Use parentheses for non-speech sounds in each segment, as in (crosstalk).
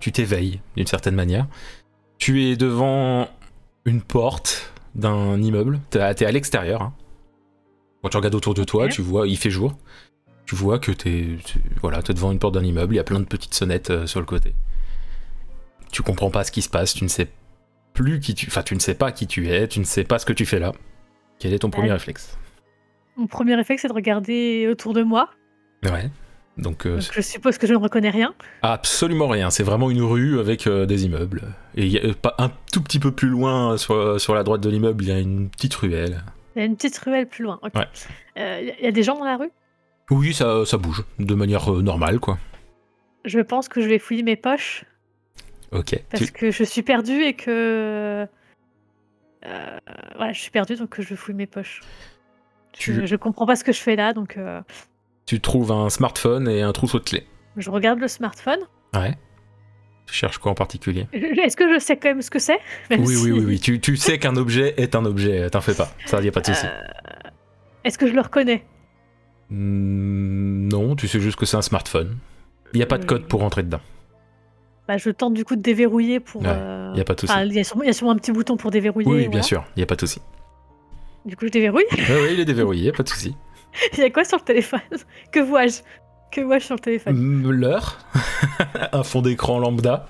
tu t'éveilles d'une certaine manière. Tu es devant une porte d'un immeuble. T'as- T'es à l'extérieur. hein. Quand tu regardes autour de toi, Mhm. tu vois, il fait jour. Tu vois que t'es, tu- voilà, t'es devant une porte d'un immeuble. Il y a plein de petites sonnettes euh, sur le côté. Tu comprends pas ce qui se passe. Tu ne sais plus qui tu, enfin, tu ne sais pas qui tu es. Tu ne sais pas ce que tu fais là. Quel est ton premier Ouais. réflexe Mon premier réflexe, c'est de regarder autour de moi. Ouais. Donc, euh, Donc, je suppose que je ne reconnais rien. Absolument rien, c'est vraiment une rue avec euh, des immeubles. Et il y a, euh, pas un tout petit peu plus loin euh, sur, euh, sur la droite de l'immeuble, il y a une petite ruelle. Il y a une petite ruelle plus loin. ok. Ouais. Euh, Il y a des gens dans la rue. Oui, ça, ça bouge, de manière euh, normale quoi. Je pense que je vais fouiller mes poches Ok. parce Tu- que je suis perdue et que. Euh, voilà, je suis perdue donc je fouille mes poches. Tu- Je, je comprends pas ce que je fais là donc euh, Tu trouves un smartphone et un trousseau de clés. je regarde le smartphone. Ouais. Tu cherches quoi en particulier Est-ce que je sais quand même ce que c'est Même Oui, si- oui, oui, oui. Tu, tu sais qu'un objet est un objet, euh, t'en fais pas. Ça, y a pas de souci. Euh, Est-ce que je le reconnais Mm, Non, tu sais juste que c'est un smartphone. Il n'y a pas de code pour rentrer dedans. bah, Je tente du coup de déverrouiller pour. Ouais, euh, Il n'y a pas de souci. enfin, il y, a sûrement- il y a sûrement un petit bouton pour déverrouiller. Oui, oui, voilà. bien sûr, il n'y a pas de souci. Du coup, je déverrouille. Oui, oui, il est déverrouillé, pas de souci. (laughs) il y a quoi sur le téléphone Que vois-je Que vois-je sur le téléphone M- L'heure, (laughs) un fond d'écran lambda,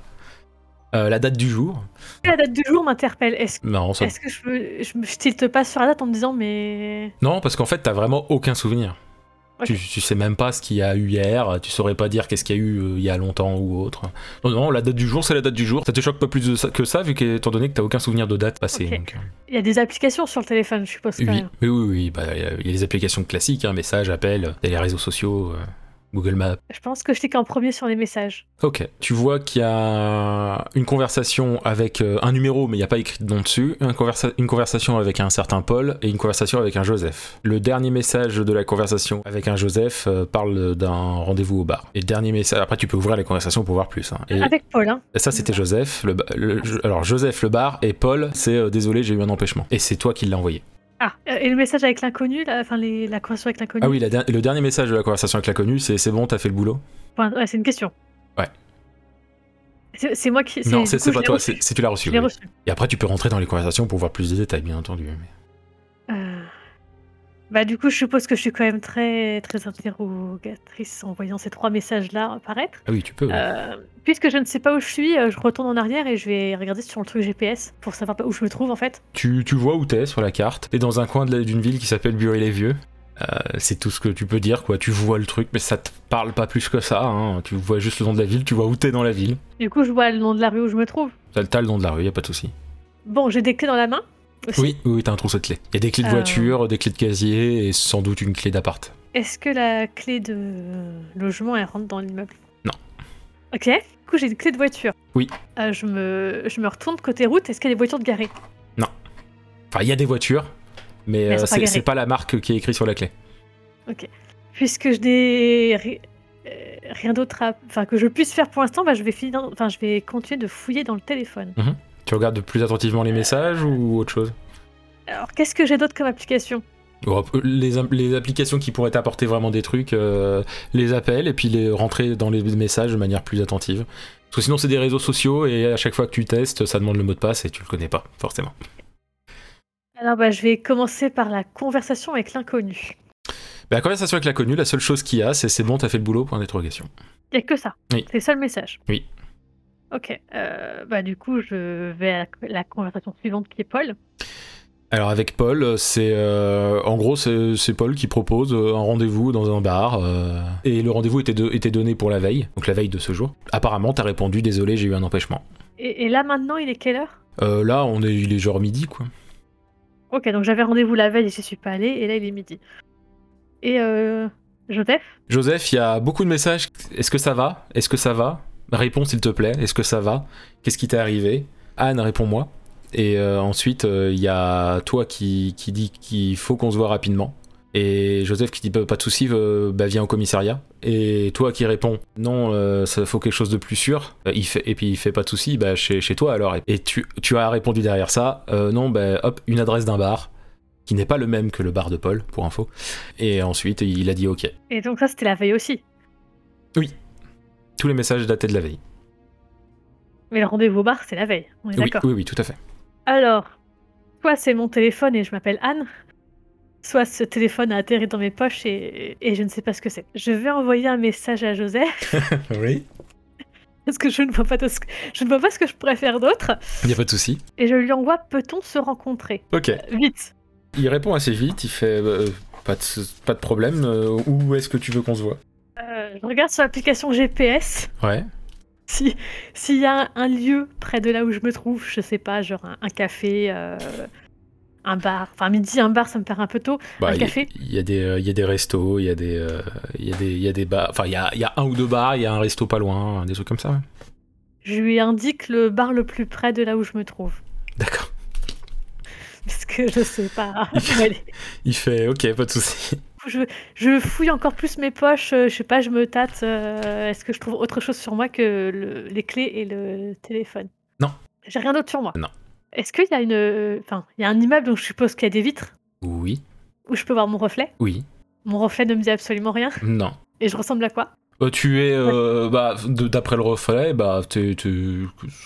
euh, la date du jour. La date du jour m'interpelle. Est-ce Non, Hmm. ça- est-ce que je, me- je, me- je tilte pas sur la date en me disant mais. non parce qu'en fait, t'as vraiment aucun souvenir. Ok. Tu, tu sais même pas ce qu'il y a eu hier, tu saurais pas dire qu'est-ce qu'il y a eu euh, il y a longtemps ou autre. Non, non, la date du jour, c'est la date du jour. Ça te choque pas plus de ça- que ça, vu qu'étant donné que t'as aucun souvenir de date passée. Ok. donc, euh, Il y a des applications sur le téléphone, je suppose quand oui, même. mais oui, oui, bah, il y a- il y a les applications classiques, hein, messages, appels, il y a les réseaux sociaux, euh, Google Maps. Je pense que je clique en premier sur les messages. Ok, tu vois qu'il y a une conversation avec euh, un numéro, mais il n'y a pas écrit de nom dessus, un conversa- une conversation avec un certain Paul et une conversation avec un Joseph. Le dernier message de la conversation avec un Joseph euh, parle d'un rendez-vous au bar. Et le dernier message, après tu peux ouvrir les conversations pour voir plus. hein. Et Avec Paul, hein. ça c'était Joseph, le, ba- le- je- alors Joseph le bar et Paul c'est euh, désolé j'ai eu un empêchement. Et c'est toi qui l'as envoyé. Ah, euh, et le message avec l'inconnu, là, enfin les- la conversation avec l'inconnu. Ah oui, la der- le dernier message de la conversation avec l'inconnu c'est c'est bon t'as fait le boulot. Enfin, ouais, c'est une question. Ouais. C'est c'est moi qui. Non du c'est coup, c'est je pas l'ai toi, reçu. c'est c'est- tu l'as reçu. Je l'ai oui. reçu. Et après tu peux rentrer dans les conversations pour voir plus de détails bien entendu. mais- Euh, Bah, du coup, je suppose que je suis quand même très, très interrogatrice en voyant ces trois messages-là apparaître. Ah oui tu peux. oui. Euh, puisque je ne sais pas où je suis, euh, je retourne en arrière et je vais regarder sur le truc GPS pour savoir pas où je me trouve en fait. Tu, tu vois où t'es sur la carte. T'es dans un coin de la- d'une ville qui s'appelle Bury-les-Vieux. Euh, c'est tout ce que tu peux dire, quoi. Tu vois le truc, mais ça te parle pas plus que ça. hein. Tu vois juste le nom de la ville, tu vois où t'es dans la ville. Du coup, je vois le nom de la rue où je me trouve. T'as, t'as le nom de la rue, y a pas de souci. Bon, j'ai des clés dans la main. aussi. Oui, oui, t'as un trousseau de clés. Y a des clés de Euh. voiture, des clés de casier et sans doute une clé d'appart. Est-ce que la clé de logement elle rentre dans l'immeuble Non. Ok. Du coup, j'ai une clé de voiture. Oui. Euh, je, me... je me retourne côté route. Est-ce qu'il y a des voitures de garées Enfin, y a des voitures, mais, elles euh, sont pas c'est, garées. c'est pas la marque qui est écrite sur la clé. Puisque je n'ai ri- euh, rien d'autre à... enfin, que je puisse faire pour l'instant, bah, je, vais finir... enfin, je vais continuer de fouiller dans le téléphone. Tu regardes plus attentivement Euh. les messages ou autre chose Alors, qu'est-ce que j'ai d'autre comme application Oh, les, les applications qui pourraient t'apporter vraiment des trucs, euh, les appels et puis les rentrer dans les messages de manière plus attentive. Parce que sinon, c'est des réseaux sociaux et à chaque fois que tu testes, ça demande le mot de passe et tu le connais pas, forcément. Alors, bah, je vais commencer par la conversation avec l'inconnu. Bah, la conversation avec l'inconnu, la seule chose qu'il y a, c'est c'est bon, t'as fait le boulot, point d'interrogation. Il n'y a que ça. Oui. C'est ça le message. Oui. Ok. euh, bah, du coup, je vais à la conversation suivante qui est Paul. Alors, avec Paul, c'est. euh, en gros, c'est c'est Paul qui propose euh, un rendez-vous dans un bar. euh, et le rendez-vous était, de- était donné pour la veille, donc la veille de ce jour. Apparemment, t'as répondu désolé, j'ai eu un empêchement. Et, et là, maintenant, il est quelle heure Euh, là, on est, il est genre midi, quoi. Ok, donc j'avais rendez-vous la veille et j'y suis pas allée. Et là, il est midi. Et euh, Joseph Joseph, il y a beaucoup de messages. Est-ce que ça va Est-ce que ça va Réponds s'il te plaît. Est-ce que ça va Qu'est-ce qui t'est arrivé Anne, réponds-moi. Et euh, ensuite, euh, il y a toi qui, qui dit qu'il faut qu'on se voit rapidement. Et Joseph qui dit bah, pas de soucis, euh, bah, viens au commissariat. Et toi qui réponds non, euh, ça faut quelque chose de plus sûr. Euh, il fait, et puis il fait pas de soucis, bah, chez, chez toi alors. Et tu, tu as répondu derrière ça euh, non, bah, hop, une adresse d'un bar qui n'est pas le même que le bar de Paul, pour info. Et ensuite, il a dit ok. Et donc, ça, c'était la veille aussi. Tous les messages dataient de la veille. Mais le rendez-vous au bar, c'est la veille. On est Oui, d'accord. oui, oui, tout à fait. Alors, soit c'est mon téléphone et je m'appelle Anne, soit ce téléphone a atterri dans mes poches et, et je ne sais pas ce que c'est. Je vais envoyer un message à Joseph Ah Oui. parce que je ne vois pas, de ce... que- je ne vois pas ce que je pourrais faire d'autre Il a pas de souci. et je lui envoie peut-on se rencontrer Ok. Vite Il répond assez vite, il fait euh, pas, de, pas de problème, euh, où est-ce que tu veux qu'on se voit Euh, Je regarde sur l'application GPS Ouais. (laughs) si s'il y a un, un lieu près de là où je me trouve, je sais pas, genre un, un café, euh, un bar. Enfin, midi, un bar, ça me paraît un peu tôt. Bah, Un il y a- café Il y, a des, euh, il y a des restos, il y a des, euh, il y a des, il y a des bars, enfin il y a, il y a un ou deux bars, il y a un resto pas loin, des trucs comme ça. ouais. Je lui indique le bar le plus près de là où je me trouve. D'accord. Parce que je sais pas. où aller. Il fait ok, pas de souci. je, je fouille encore plus mes poches, euh, je sais pas, je me tâte. euh, Est-ce que je trouve autre chose sur moi que le- les clés et le téléphone Non. J'ai rien d'autre sur moi. Non. Est-ce qu'il y a une. euh, Enfin, il y a un immeuble, donc je suppose qu'il y a des vitres Oui, où je peux voir mon reflet. oui, Mon reflet ne me dit absolument rien. non. Et je ressemble à quoi Euh, tu es, euh, bah, de- d'après le reflet, bah, t'es- t'es-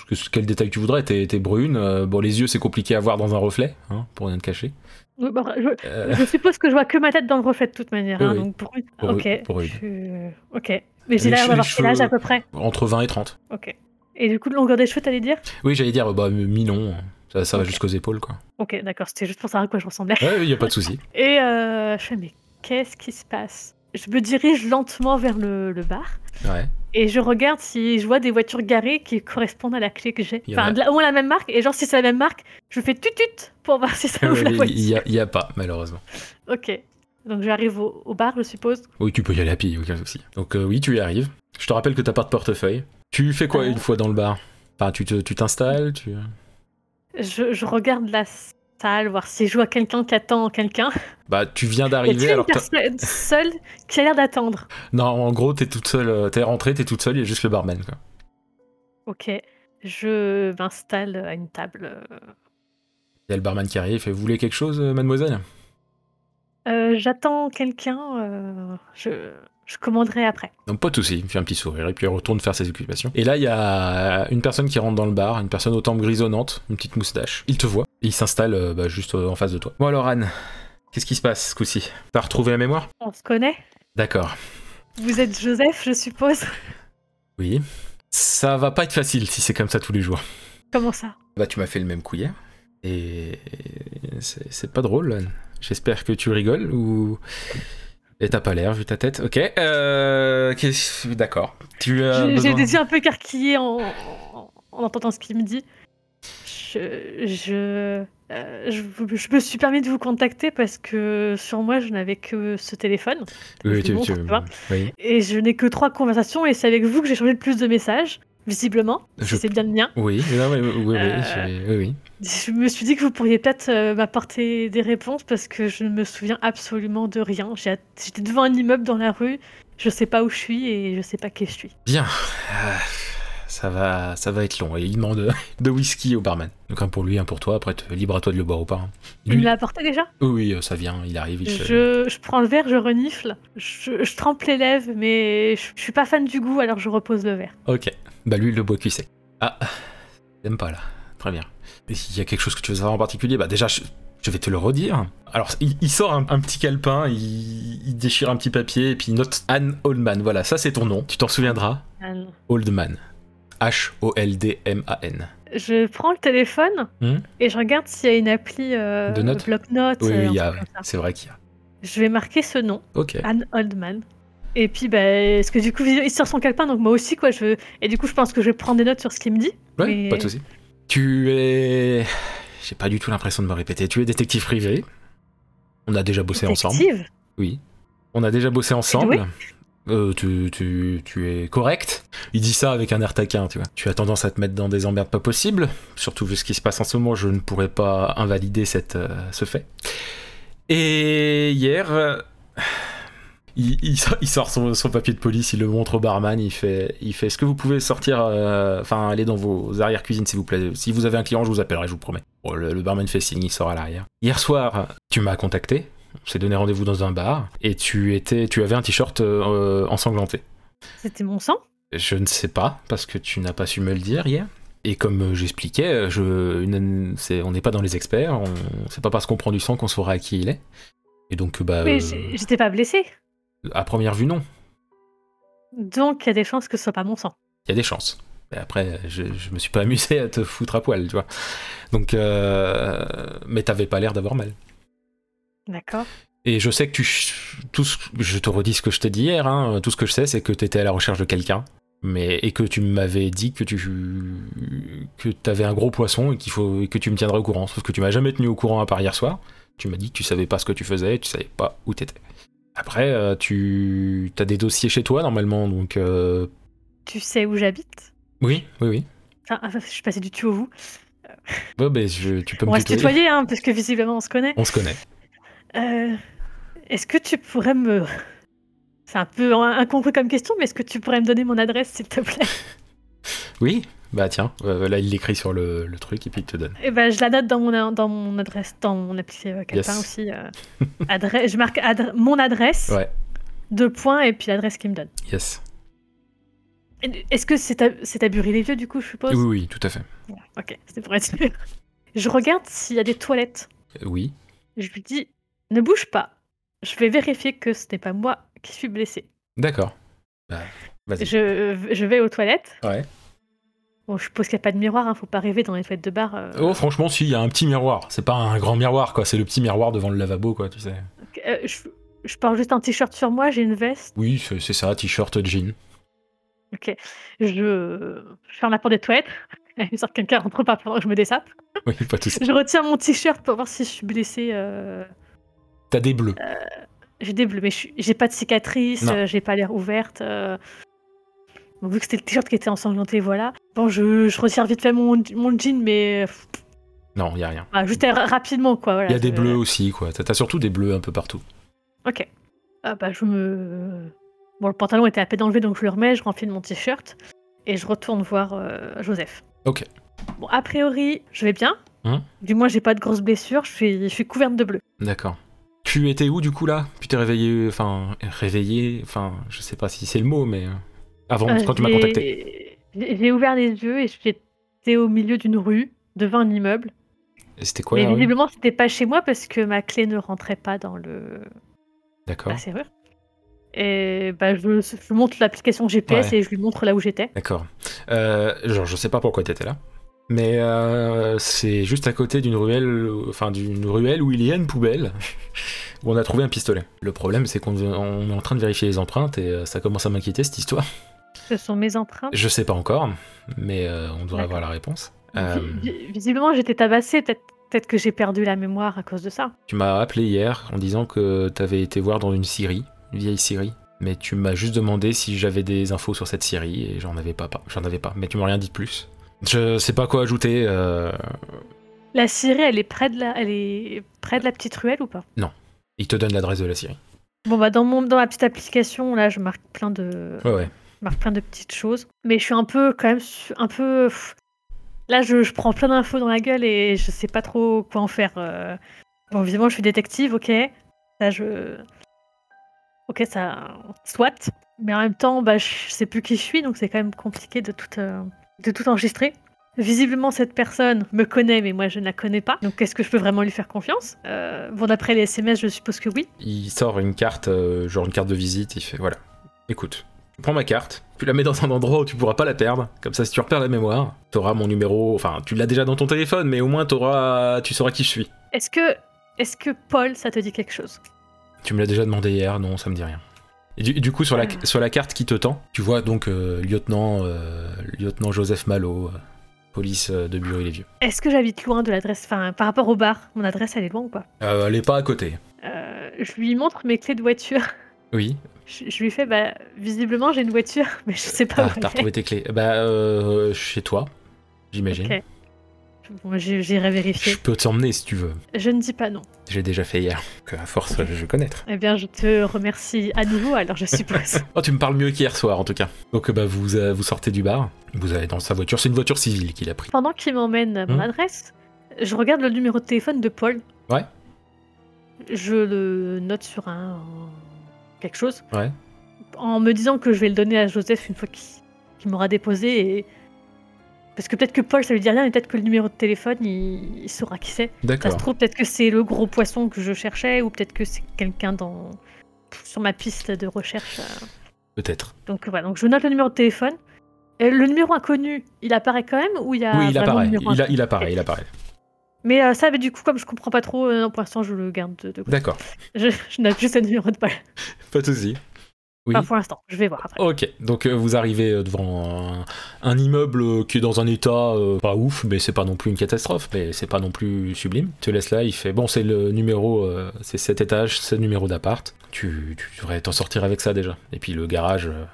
que- quel détail tu voudrais T'es t'es brune. euh, bon, les yeux, c'est compliqué à voir dans un reflet, hein, pour rien te cacher. Oui, bah, (laughs) je, Euh, je suppose que je vois que ma tête dans le reflet de toute manière. Oui, hein, oui. donc brune. Pour- ok. pour une. je- Ok. Mais j'ai Les l'air che- d'avoir les quel âge à cheveux- peu près entre 20 et 30. Ok. Et du coup, de longueur des cheveux, t'allais dire Oui, j'allais dire, bah, mi-long. Ça, ça va Ok. jusqu'aux épaules, quoi. Ok, d'accord, c'était juste pour savoir à quoi je ressemblais. Ouais, y a pas de souci. Et euh, je fais, mais qu'est-ce qui se passe Je me dirige lentement vers le, le bar (laughs) Ouais. et je regarde si je vois des voitures garées qui correspondent à la clé que j'ai. Il y en Enfin, a. de la- au moins la même marque. Et genre, si c'est la même marque, je fais tutut pour voir si (laughs) ça ouvre la Il voiture. y, a- y a pas, malheureusement. (laughs) Ok. Donc j'arrive au, au bar, je suppose. Oui, tu peux y aller à pied, aucun souci. Donc, euh, oui, tu y arrives. Je te rappelle que t'as pas de portefeuille. Tu fais quoi Ah. une fois dans le bar Enfin, tu te- tu t'installes, tu. Je, je regarde la salle, voir si je vois quelqu'un qui attend quelqu'un. Bah, tu viens Y a-t-il d'arriver, une alors t'as- personne seule qui a l'air d'attendre Non, en gros, t'es toute seule, euh, t'es rentrée, t'es toute seule, il y a juste le barman, quoi. Ok. Je m'installe à une table. euh, Il y a le barman qui arrive, il fait Vous voulez quelque chose, euh, mademoiselle Euh, J'attends quelqu'un. euh, je, je commanderai après. Donc, pas de soucis, il fait un petit sourire, et puis il retourne faire ses occupations. Et là, il y a une personne qui rentre dans le bar, une personne aux tempes grisonnantes, une petite moustache. Il te voit, et il s'installe euh, bah, juste euh, en face de toi. Bon, alors, Anne, qu'est-ce qui se passe ce coup-ci T'as retrouvé la mémoire On se connaît. D'accord. Vous êtes Joseph, je suppose. (laughs) Oui. Ça va pas être facile si c'est comme ça tous les jours. Comment ça Bah, tu m'as fait le même coup hier, et c'est c'est pas drôle, Anne. J'espère que tu rigoles ou. Et t'as pas l'air vu ta tête. Ok. Euh... qu'est-ce- D'accord. Tu as J'ai j'ai Euh, besoin- des yeux un peu écarquillés en, en- en entendant ce qu'il me dit. Je, je, euh, je, vous- je me suis permis de vous contacter parce que sur moi, je n'avais que ce téléphone. Oui, Je tu- montre, tu- tu vois. oui. Et je n'ai que trois conversations et c'est avec vous que j'ai changé le plus de messages, visiblement. Je- si C'est bien le mien. Oui, non, mais oui, oui, Euh, j'ai- oui, oui. Je me suis dit que vous pourriez peut-être euh, m'apporter des réponses parce que je ne me souviens absolument de rien. J'ai att- J'étais devant un immeuble dans la rue, je sais pas où je suis et je sais pas qui je suis. Bien. Ah, Ça va, ça va être long. Et il demande euh, de whisky au barman. Donc un pour lui, un pour toi. Après, te- libre à toi de le boire ou pas. hein. Il Lui- me l'a apporté déjà oui, oui, ça vient. Il arrive. Il se- je, je prends le verre, je renifle, je, je trempe les lèvres, mais je, je suis pas fan du goût alors je repose le verre. Ok. Bah lui, il le boit cuissé. Ah, t'aimes pas là. Très bien. Et S'il y a quelque chose que tu veux savoir en particulier, bah déjà, je, je vais te le redire. Alors, il, il sort un, un petit calepin, il, il déchire un petit papier et puis il note Anne Oldman. Voilà, ça c'est ton nom. Tu t'en souviendras. Anne. Oldman. H-O-L-D-M-A-N. Je prends le téléphone Hmm. et je regarde s'il y a une appli euh, De notes bloc-notes. Oui, euh, oui, un il y a- truc comme ça. c'est vrai qu'il y a. Je vais marquer ce nom. Ok. Anne Oldman. Et puis, bah, parce que du coup, il sort son calepin, donc moi aussi, quoi. Je... Et du coup, je pense que je vais prendre des notes sur ce qu'il me dit. Ouais, mais- pas de souci. Tu es. J'ai pas du tout l'impression de me répéter. Tu es détective privé. On a déjà bossé ensemble. Détective. Oui. On a déjà bossé doué ensemble. Euh, tu, tu- tu es correct. Il dit ça avec un air taquin, tu vois. Tu as tendance à te mettre dans des emmerdes pas possibles. Surtout vu ce qui se passe en ce moment, je ne pourrais pas invalider cette, euh, ce fait. Et hier, euh, il, il sort- il sort son, son papier de police, il le montre au barman, il fait, il fait Est-ce que vous pouvez sortir, euh, enfin, aller dans vos arrière-cuisines, s'il vous plaît Si vous avez un client, je vous appellerai, je vous promets. Bon, le, le barman fait signe, il sort à l'arrière. Hier soir, tu m'as contacté. On s'est donné rendez-vous dans un bar et tu étais, tu avais un t-shirt euh, euh, ensanglanté. C'était mon sang. Je ne sais pas parce que tu n'as pas su me le dire hier. Et comme euh, j'expliquais, je, une- c'est- on n'est pas dans les experts, on- c'est pas parce qu'on prend du sang qu'on saura à qui il est. Et donc, bah, Mais euh, j'ai- j'étais pas blessée. à première vue, non. Donc, il y a des chances que ce soit pas mon sang. il y a des chances. Mais après, je, je me suis pas (laughs) amusé à te foutre à poil, tu vois. Donc, euh, mais t'avais pas l'air d'avoir mal. D'accord. Et je sais que tu, ch- tout ce- je te redis ce que je t'ai dit hier. hein. tout ce que je sais, c'est que t'étais à la recherche de quelqu'un, mais et que tu m'avais dit que tu que t'avais un gros poisson et qu'il faut et que tu me tiendrais au courant. Sauf que tu m'as jamais tenu au courant à part hier soir. Tu m'as dit que tu savais pas ce que tu faisais, tu savais pas où t'étais. Après, euh, tu as des dossiers chez toi normalement, donc euh, Tu sais où j'habite oui, oui, oui. Enfin, ah, je suis passée du tu au vous. Ouais, ben, je- tu peux On me va se tutoyer, hein, parce que visiblement, on se connaît. On se connaît. Euh, est-ce que tu pourrais me. C'est un peu in- incongru comme question, mais est-ce que tu pourrais me donner mon adresse, s'il te plaît Oui Bah tiens, euh, là il l'écrit sur le, le truc et puis il te donne. Eh ben, je la note dans mon, dans mon adresse, dans mon appli euh, Calepin Yes. aussi. euh, adresse, je marque adre- mon adresse, Ouais. deux points, et puis l'adresse qu'il me donne. Yes. Et- Est-ce que c'est à, c'est à Bury-les-Vieux, du coup, je suppose Oui, oui, tout à fait. Ok, c'était pour être sûr. Je regarde s'il y a des toilettes. Euh, Oui. Je lui dis, ne bouge pas. Je vais vérifier que ce n'est pas moi qui suis blessée. D'accord. Bah, vas-y. Je, euh, je vais aux toilettes. Ouais. Bon, je suppose qu'il n'y a pas de miroir, hein, faut pas rêver dans les toilettes de bar. euh. Oh, franchement, si, il y a un petit miroir. C'est pas un grand miroir, quoi. C'est le petit miroir devant le lavabo, quoi, tu sais. Ok, euh, je, je porte juste un t-shirt sur moi, j'ai une veste. Oui, c'est c'est ça, t-shirt, jean. (laughs) Ok. Je, je ferme la porte des toilettes. (laughs) Il sorte quelqu'un rentre pas pendant que je me dessape. Oui, pas tout ça. Je retire mon t-shirt pour voir si je suis blessée. euh. T'as des bleus. J'ai des bleus, mais je suis- j'ai pas de cicatrice, Non. euh, j'ai pas l'air ouverte. euh. Bon, vu que c'était le t-shirt qui était ensanglanté, voilà. Bon, je, je retire vite fait mon, mon jean, mais euh, Non, il y a rien. bah, juste euh, rapidement, quoi. Il Voilà, y a des je- bleus aussi, quoi. T'as t'as surtout des bleus un peu partout. Ok. Ah bah je me. Bon, le pantalon était à peine enlevé, donc je le remets, je renfile mon t-shirt et je retourne voir euh, Joseph. Ok. Bon, a priori, je vais bien. Hein du moins, j'ai pas de grosses blessures, je suis, je suis couverte de bleu. D'accord. Tu étais où, du coup, là Tu t'es réveillé, enfin, réveillé, enfin, je sais pas si c'est le mot, mais... euh, Avant, Euh, quand tu m'as j'ai- contacté. J'ai j'ai ouvert les yeux et j'étais au milieu d'une rue, devant un immeuble. Et C'était quoi, mais la rue visiblement, c'était pas chez moi parce que ma clé ne rentrait pas dans le... Ah D'accord. la serrure. Et bah, je, je montre l'application GPS et je lui montre là où j'étais. D'accord. Euh, genre, je sais pas pourquoi t'étais là, mais euh, c'est juste à côté d'une ruelle, enfin d'une ruelle où il y a une poubelle (laughs) où on a trouvé un pistolet. Le problème, c'est qu'on on est en train de vérifier les empreintes et euh, ça commence à m'inquiéter cette histoire. Ce sont mes empreintes. Je sais pas encore, mais euh, on devrait D'accord. avoir la réponse. Vi- Euh, vi- Visiblement, j'étais tabassée. Peut-être peut-être que j'ai perdu la mémoire à cause de ça. tu m'as appelé hier en disant que t'avais été voir dans une scierie, une vieille scierie. Mais tu m'as juste demandé si j'avais des infos sur cette scierie et j'en avais pas, pas- j'en avais pas. Mais tu m'as rien dit de plus. Je sais pas quoi ajouter. euh, La Syrie, elle est près de la, elle est près de la petite ruelle ou pas Il te donne l'adresse de la scierie. Bon bah dans mon dans la petite application là, je marque plein de Ouais, ouais. je marque plein de petites choses. Mais je suis un peu quand même su- un peu pff. là, je, je prends plein d'infos dans la gueule et je sais pas trop quoi en faire. euh. Bon, évidemment, je suis détective, ok. Ça, je ok, ça soit. Mais en même temps, bah, je sais plus qui je suis, donc c'est quand même compliqué de tout euh, de tout enregistrer. Visiblement, cette personne me connaît, mais moi, je ne la connais pas. Donc, est-ce que je peux vraiment lui faire confiance Euh, Bon, d'après les SMS, je suppose que oui. Il sort une carte, euh, genre une carte de visite, il fait voilà. Écoute, tu prends ma carte, tu la mets dans un endroit où tu pourras pas la perdre. Comme ça, si tu repères la mémoire, t'auras mon numéro. Enfin, tu l'as déjà dans ton téléphone, mais au moins t'auras, tu sauras qui je suis. Est-ce que, est-ce que Paul, ça te dit quelque chose Tu me l'as déjà demandé hier, non, ça me dit rien. Et du, du coup, sur la, Ah. sur la carte qui te tend, tu vois donc euh, lieutenant, euh, lieutenant Joseph Malo, euh, police euh, de Bury-les-Vieux. Est-ce que j'habite loin de l'adresse Enfin, par rapport au bar, mon adresse, elle est loin ou pas Euh, elle est pas à côté. Euh, Je lui montre mes clés de voiture. (laughs) Oui. Je, je lui fais, bah, visiblement, j'ai une voiture, (laughs) mais je sais pas Ah, où elle t'as est. (laughs) retrouvé tes clés. Bah, euh, chez toi, j'imagine. Ok. Bon, j'ai- J'irai vérifier. Je peux t'emmener si tu veux. Je ne dis pas non. J'ai déjà fait hier. Que à force, je vais connaître. Eh bien, je te remercie à nouveau, alors je suppose. Oh, tu me parles mieux qu'hier soir, en tout cas. Donc, euh, bah, vous, euh, vous sortez du bar. Vous allez dans sa voiture. C'est une voiture civile qu'il a pris. Pendant qu'il m'emmène à mon Hmm. adresse, je regarde le numéro de téléphone de Paul. Ouais. Je le note sur un. quelque chose. Ouais. En me disant que je vais le donner à Joseph une fois qu'il qu'il m'aura déposé et. Parce que peut-être que Paul, ça lui dit rien, mais peut-être que le numéro de téléphone, il, il saura qui c'est. Ça se D'accord. trouve, peut-être que c'est le gros poisson que je cherchais, ou peut-être que c'est quelqu'un dans... sur ma piste de recherche. euh. Peut-être. Donc voilà, donc je note le numéro de téléphone. Et le numéro inconnu, il apparaît quand même ou il y a oui, il vraiment le apparaît. numéro Il, a- inconnu il apparaît. Il apparaît. Mais euh, ça, mais du coup, comme je comprends pas trop, euh, non, pour l'instant, je le garde de, de côté. D'accord. Je, je note juste le numéro de Paul. Pas de souci. Oui. Enfin, pour l'instant, je vais voir après. Ok, donc euh, vous arrivez euh, devant un, un immeuble euh, qui est dans un état euh, pas ouf, mais c'est pas non plus une catastrophe, mais c'est pas non plus sublime. Tu laisses là, il fait bon, c'est le numéro, euh, c'est cet étage, c'est le numéro d'appart. Tu, tu devrais t'en sortir avec ça déjà. Et puis le garage, euh,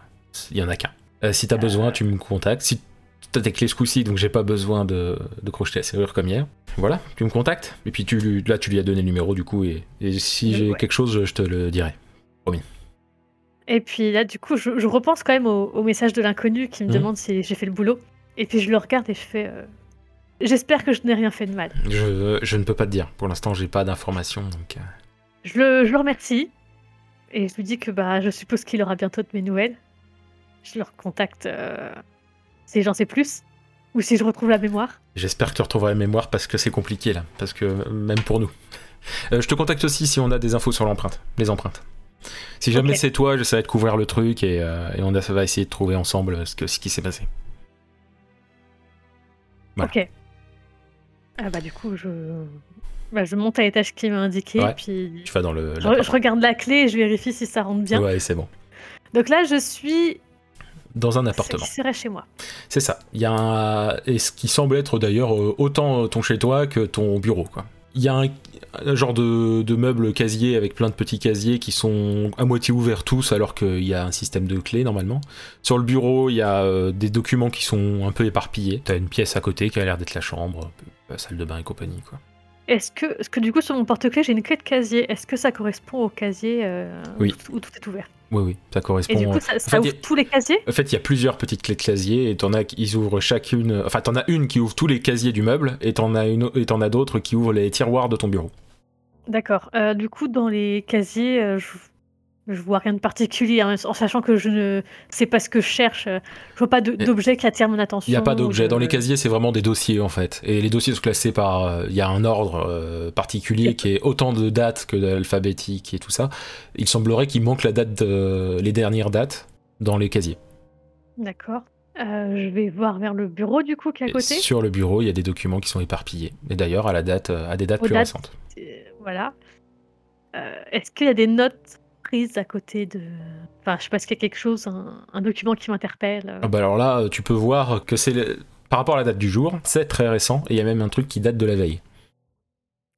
il y en a qu'un. Euh, si t'as besoin, tu me contactes. Si t'as tes clés ce coup-ci, donc j'ai pas besoin de, de crocheter la serrure comme hier. Voilà, tu me contactes. Et puis tu, lui- là, tu lui as donné le numéro du coup, et, et si j'ai Ouais. quelque chose, je, je te le dirai. Et puis là, du coup, je, je repense quand même au, au message de l'inconnu qui me Mhm. demande si j'ai fait le boulot. Et puis je le regarde et je fais. euh, J'espère que je n'ai rien fait de mal. Je, je ne peux pas te dire. Pour l'instant, j'ai pas d'informations, donc. euh, Je le, je le remercie et je lui dis que bah, je suppose qu'il aura bientôt de mes nouvelles. Je le recontacte euh, si j'en sais plus ou si je retrouve la mémoire. J'espère que tu retrouveras la mémoire parce que c'est compliqué là, parce que euh, même pour nous. (laughs) Euh, je te contacte aussi si on a des infos sur l'empreinte, les empreintes. Si jamais Ok. c'est toi, j'essaierai de couvrir le truc et, euh, et on a- va essayer de trouver ensemble ce, que, ce qui s'est passé. Voilà. Ok. Ah bah du coup je, bah, je monte à l'étage qui m'a indiqué Ouais. puis Tu vas dans le. je, l'appart. je regarde la clé et je vérifie si ça rentre bien. Ouais, c'est bon. Donc là je suis Dans un ce appartement. qui serait chez moi. C'est ça. Il y a un... et ce qui semble être d'ailleurs euh, autant euh, ton chez toi que ton bureau, quoi. Il y a un, un genre de, de meuble casier avec plein de petits casiers qui sont à moitié ouverts tous alors qu'il y a un système de clés normalement. Sur le bureau, il y a euh, des documents qui sont un peu éparpillés. T'as une pièce à côté qui a l'air d'être la chambre, euh, la salle de bain et compagnie quoi. Est-ce que, est-ce que du coup sur mon porte-clés j'ai une clé de casier Est-ce que ça correspond au casier euh, Oui. où, tout- où tout est ouvert Oui oui, ça Et correspond. du euh, coup ça, fait, ça ouvre il y a- tous les casiers En fait, il y a plusieurs petites clés de casier et t'en as qui- ils ouvrent chacune. Enfin, t'en as une qui ouvre tous les casiers du meuble et t'en as une et t'en as d'autres qui ouvrent les tiroirs de ton bureau. D'accord. Euh, du coup, dans les casiers, euh, je... je vois rien de particulier, hein, en sachant que je ne sais pas ce que je cherche. euh, Je vois pas de- Et- d'objet qui attire mon attention. Il n'y a pas ou d'objet. de- Dans les casiers, c'est vraiment des dossiers en fait. Et les dossiers sont classés par. euh, Il y a un ordre euh, particulier qui est autant de dates que d'alphabétique et tout ça. Il semblerait qu'il manque la date, de- les dernières dates dans les casiers. D'accord. Euh, je vais voir vers le bureau du coup qui est à Et côté. sur le bureau, il y a des documents qui sont éparpillés. Et d'ailleurs, à la date, euh, à des dates Aux plus dates. récentes. Euh, Voilà. Euh, Est-ce qu'il y a des notes prises à côté de. Enfin, je sais pas, est-ce qu'il y a quelque chose, un, un document qui m'interpelle euh, Ah bah alors là, euh, tu peux voir que c'est le- par rapport à la date du jour, c'est très récent. Et il y a même un truc qui date de la veille.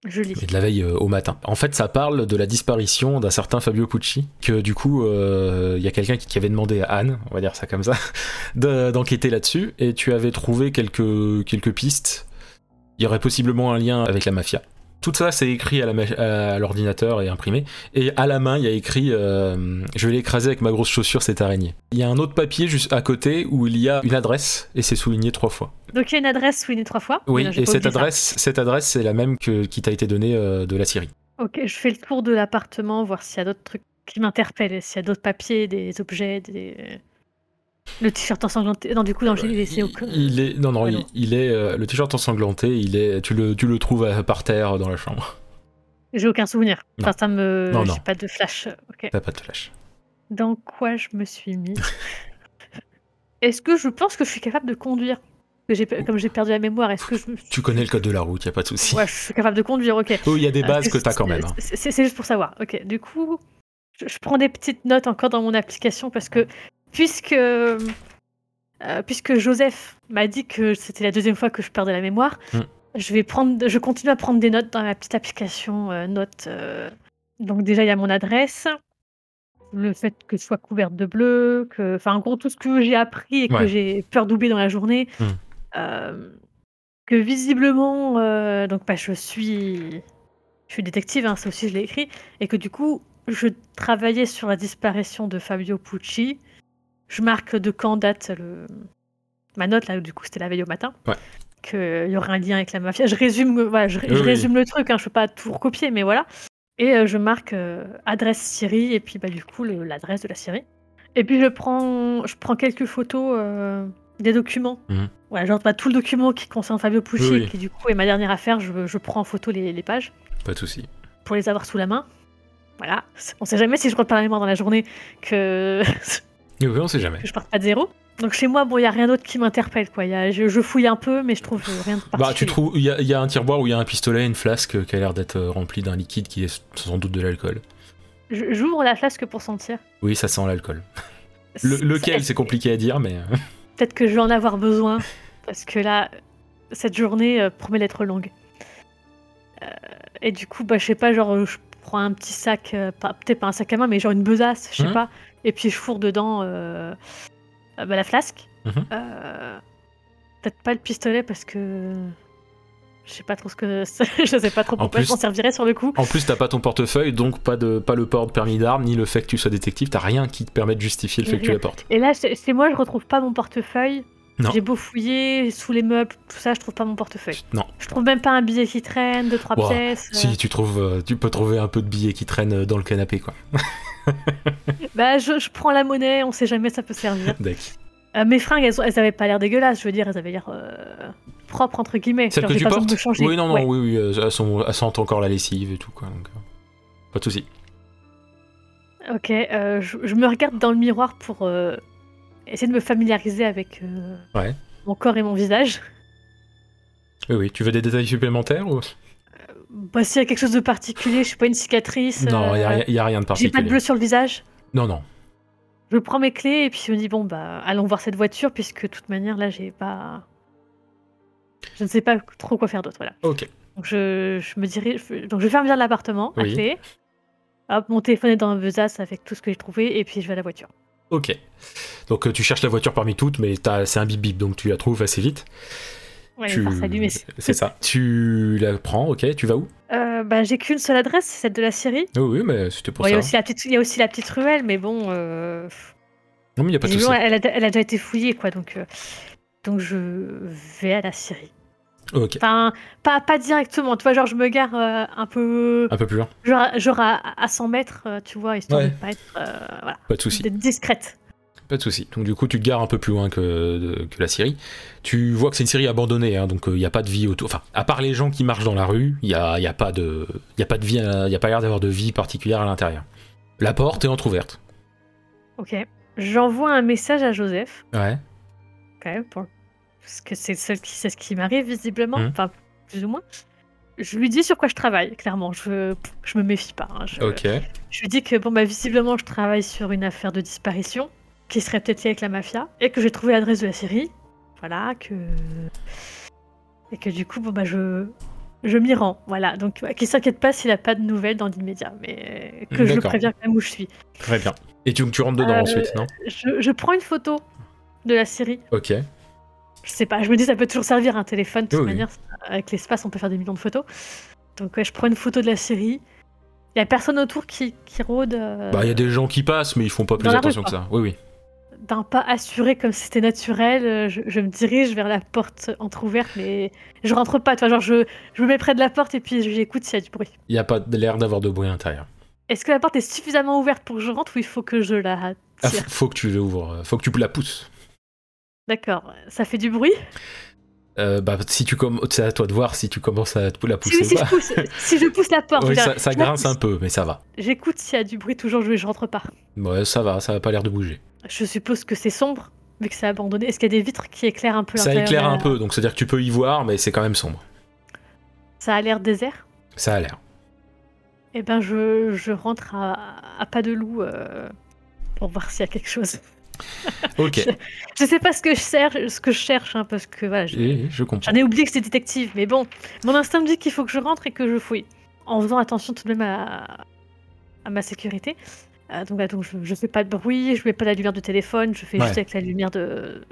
Je lis. Et de la veille euh, au matin. En fait, ça parle de la disparition d'un certain Fabio Pucci, que du coup, euh, il y a quelqu'un qui, qui avait demandé à Anne, on va dire ça (laughs) comme ça, de- d'enquêter là-dessus, et tu avais trouvé quelques, quelques pistes. Il y aurait possiblement un lien avec la mafia. Tout ça, c'est écrit à la ma- à l'ordinateur et imprimé. Et à la main, il y a écrit euh, Je vais l'écraser avec ma grosse chaussure, cette araignée. Il y a un autre papier juste à côté où il y a une adresse, et c'est souligné trois fois. Donc il y a une adresse soulignée trois fois. Oui, Voilà, Ah, j'ai et pas cette oublié ça. adresse, cette adresse, c'est la même que, qui t'a été donnée euh, de la Syrie. Ok, je fais le tour de l'appartement, voir s'il y a d'autres trucs qui m'interpellent, et s'il y a d'autres papiers, des objets, des... Le t-shirt ensanglanté. Non, du coup, non, j'ai laissé au... Euh, Il- il est non non Ah il, non. il est euh, le t-shirt ensanglanté il est tu le tu le trouves euh, par terre dans la chambre J'ai aucun souvenir. Non. Enfin, ça me... Non, non. J'ai pas de flash. euh, Ok. t'as pas de flash Dans quoi je me suis mis Est-ce que je pense que je suis capable de conduire Que j'ai- Comme j'ai perdu la mémoire, est-ce que je... me suis- tu connais le code de la route y a pas de souci Ouais, je suis capable de conduire, ok. Oh, il y a des Ah, bases c'est- que t'as quand même hein. c'est- C'est c'est juste pour savoir. Ok, du coup, je, je prends des petites notes encore dans mon application parce que puisque euh, puisque Joseph m'a dit que c'était la deuxième fois que je perdais la mémoire, Hmm. je vais prendre, je continue à prendre des notes dans ma petite application euh, notes. euh, donc déjà il y a mon adresse, le fait que je sois couverte de bleu, que enfin en gros tout ce que j'ai appris et que Ouais. j'ai peur d'oublier dans la journée. Hmm. euh, que visiblement, euh, donc bah, je suis je suis détective, hein, ça aussi je l'ai écrit, et que du coup, je travaillais sur la disparition de Fabio Pucci. Je marque de quand date le... ma note, là, du coup, c'était la veille au matin. Ouais. Qu'il y aurait un lien avec la mafia. Je résume, voilà, je, je Oui, oui. résume le truc, hein, je peux pas tout recopier, mais voilà. Et euh, je marque euh, adresse Syrie, et puis bah, du coup, le- l'adresse de la Syrie. Et puis je prends, je prends quelques photos euh, des documents Mhm. Ouais, genre bah, tout le document qui concerne Fabio Pucci, Oui, oui. qui du coup est ma dernière affaire, je, je prends en photo les, les pages Pas de souci. pour les avoir sous la main. Voilà. On sait jamais si je crois par la mémoire dans la journée que, (laughs) Oui, on sait jamais. que je parte pas de zéro. Donc chez moi, bon, il y a rien d'autre qui m'interpelle, quoi. Y a- je, je fouille un peu, mais je trouve rien de particulier. Bah, tu trouves, il y, a- il y a un tiroir où il y a un pistolet, une flasque qui a l'air d'être euh, remplie d'un liquide qui est sans doute de l'alcool. Je- J'ouvre la flasque pour sentir. Oui, ça sent l'alcool. Le- lequel, c'est compliqué à dire, mais. euh, Peut-être que je vais en avoir besoin, parce que là, cette journée euh, promet d'être longue. Euh, et du coup, bah, je sais pas, genre, je prends un petit sac, euh, pas- peut-être pas un sac à main, mais genre une besace, je sais Mhm. pas, et puis je fourre dedans euh, euh, bah, la flasque. Mhm. Euh, peut-être pas le pistolet, parce que. Je sais pas trop ce que. (laughs) je sais pas trop pourquoi plus- je m'en servirais sur le coup. En plus, t'as pas ton portefeuille, donc pas, de, pas le port de permis d'armes, ni le fait que tu sois détective, t'as rien qui te permet de justifier le fait que tu la portes. Et là, c'est c'est moi, je retrouve pas mon portefeuille. Non. J'ai beau fouiller sous les meubles, tout ça, je trouve pas mon portefeuille. Non. Je trouve même pas un billet qui traîne, deux, trois Ouah, pièces. euh. Si, tu trouves, euh, tu peux trouver un peu de billets qui traînent euh, dans le canapé, quoi. Bah, je, je prends la monnaie, on sait jamais ça (laughs) peut servir. Deck. Euh, mes fringues, elles, ont- elles avaient pas l'air dégueulasses, je veux dire, elles avaient l'air euh, propres, entre guillemets. Celle Genre, que tu j'ai pas besoin de portes me changer. Oui, non, non, Ouais. oui, oui, euh, elles, sont, elles sentent encore la lessive et tout, quoi. Donc, euh, pas de souci. Ok, euh, je, je me regarde dans le miroir pour euh, essayer de me familiariser avec euh, Ouais. mon corps et mon visage. Oui, oui, tu veux des détails supplémentaires ou... Bah, s'il y a quelque chose de particulier, je sais pas, une cicatrice. Non, euh, il n'y a, rien de J'ai particulier. pas de bleu sur le visage. Non, non. Je prends mes clés et puis je me dis bon bah allons voir cette voiture puisque de toute manière là j'ai pas je ne sais pas trop quoi faire d'autre voilà. Ok. Donc je, je me dirige donc je ferme bien l'appartement à Oui. clé. Hop, mon téléphone est dans un besace avec tout ce que j'ai trouvé et puis je vais à la voiture. Ok. Donc, euh, tu cherches la voiture parmi toutes, mais t'as- c'est un bip-bip, donc tu la trouves assez vite. Ouais, tu... enfin, ça allume, mais- (laughs) C'est ça. Tu la prends, ok. Tu vas où Euh, bah j'ai qu'une seule adresse, c'est celle de la Syrie. Oui, oui, mais c'était pour Bon, il y ça. a aussi la petite il y a aussi la petite ruelle mais bon euh, Non, mais il n'y a pas de souci. visiblement, elle, a, elle a déjà été fouillée quoi donc euh, donc je vais à la Syrie. Ok. Enfin pas pas directement, tu vois genre je me gare euh, un peu Un peu plus loin. Genre, à- genre à, à 100 mètres, euh, tu vois, histoire Ouais. de pas être, euh, voilà, Pas de souci. d'être discrète. Pas de souci. Donc du coup, tu te gares un peu plus loin que, de- que la Syrie. Tu vois que c'est une Syrie abandonnée, hein, donc il n'y a pas de vie autour. Enfin, à part les gens qui marchent dans la rue, il n'y a, y a pas de, y a pas de vie, il a pas l'air d'avoir de vie particulière à l'intérieur. La porte est entrouverte. Ok. J'envoie un message à Joseph, Ouais. quand même, pour... parce que c'est ce qui, c'est ce qui m'arrive visiblement, Mhm. enfin, plus ou moins. Je lui dis sur quoi je travaille, clairement. Je, je me méfie pas. hein. Je, Ok. je lui dis que, bon, bah, visiblement, je travaille sur une affaire de disparition qui serait peut-être liée avec la mafia et que j'ai trouvé l'adresse de la Syrie. Voilà, que. Et que du coup, bon, bah, je. Je m'y rends, voilà. Donc, ouais, qu'il s'inquiète pas s'il a pas de nouvelles dans l'immédiat, mais que je le D'accord. préviens quand même où je suis. Très bien. Et donc tu rentres dedans Euh, ensuite, non Je, je prends une photo de la Syrie. Ok. Je sais pas, je me dis, ça peut toujours servir un téléphone, de toute Oui, oui. manière. Avec l'espace, on peut faire des millions de photos. Donc, ouais, je prends une photo de la Syrie. Il y a personne autour qui, qui rôde. euh, Bah il y a des gens qui passent, mais ils font pas plus dans la rue, attention que ça. Oui, oui. d'un pas assuré comme si c'était naturel, euh, je, je me dirige vers la porte entrouverte, mais je rentre pas. Tu vois, genre je, je me mets près de la porte et puis j'écoute s'il y a du bruit. Il n'y a pas l'air d'avoir de bruit à l'intérieur. Est-ce que la porte est suffisamment ouverte pour que je rentre ou il faut que je la Ah, tire (laughs) faut- faut que tu l'ouvres, euh, faut que tu la pousses. D'accord, ça fait du bruit Euh, bah si tu comm- c'est à toi de voir si tu commences à te- la Si, pousser oui, ou si, pas. je pousse, si je pousse la porte, je Oui, veux dire, ça, ça je la grince pousse. un peu, mais ça va. J'écoute s'il y a du bruit, toujours je, je rentre pas. Ouais, ça va, ça a pas l'air de bouger. Je suppose que c'est sombre, vu que c'est abandonné. Est-ce qu'il y a des vitres qui éclairent un peu Ça l'intérieur de éclaire la- un peu, donc c'est-à-dire que tu peux y voir, mais c'est quand même sombre. Ça a l'air désert Ça a (laughs) l'air. Eh ben, je, je rentre à, à pas de loup euh, pour voir s'il y a quelque chose. Ok, Je sais pas ce que je cherche, ce que je cherche hein, parce que voilà, je- je, je comprends. j'en ai oublié que c'était détective, mais bon, mon instinct me dit qu'il faut que je rentre et que je fouille, en faisant attention tout de même à, à ma sécurité. Euh, donc, voilà, donc je, je fais pas de bruit, je mets pas la lumière du téléphone, je fais Ouais. juste avec la lumière de,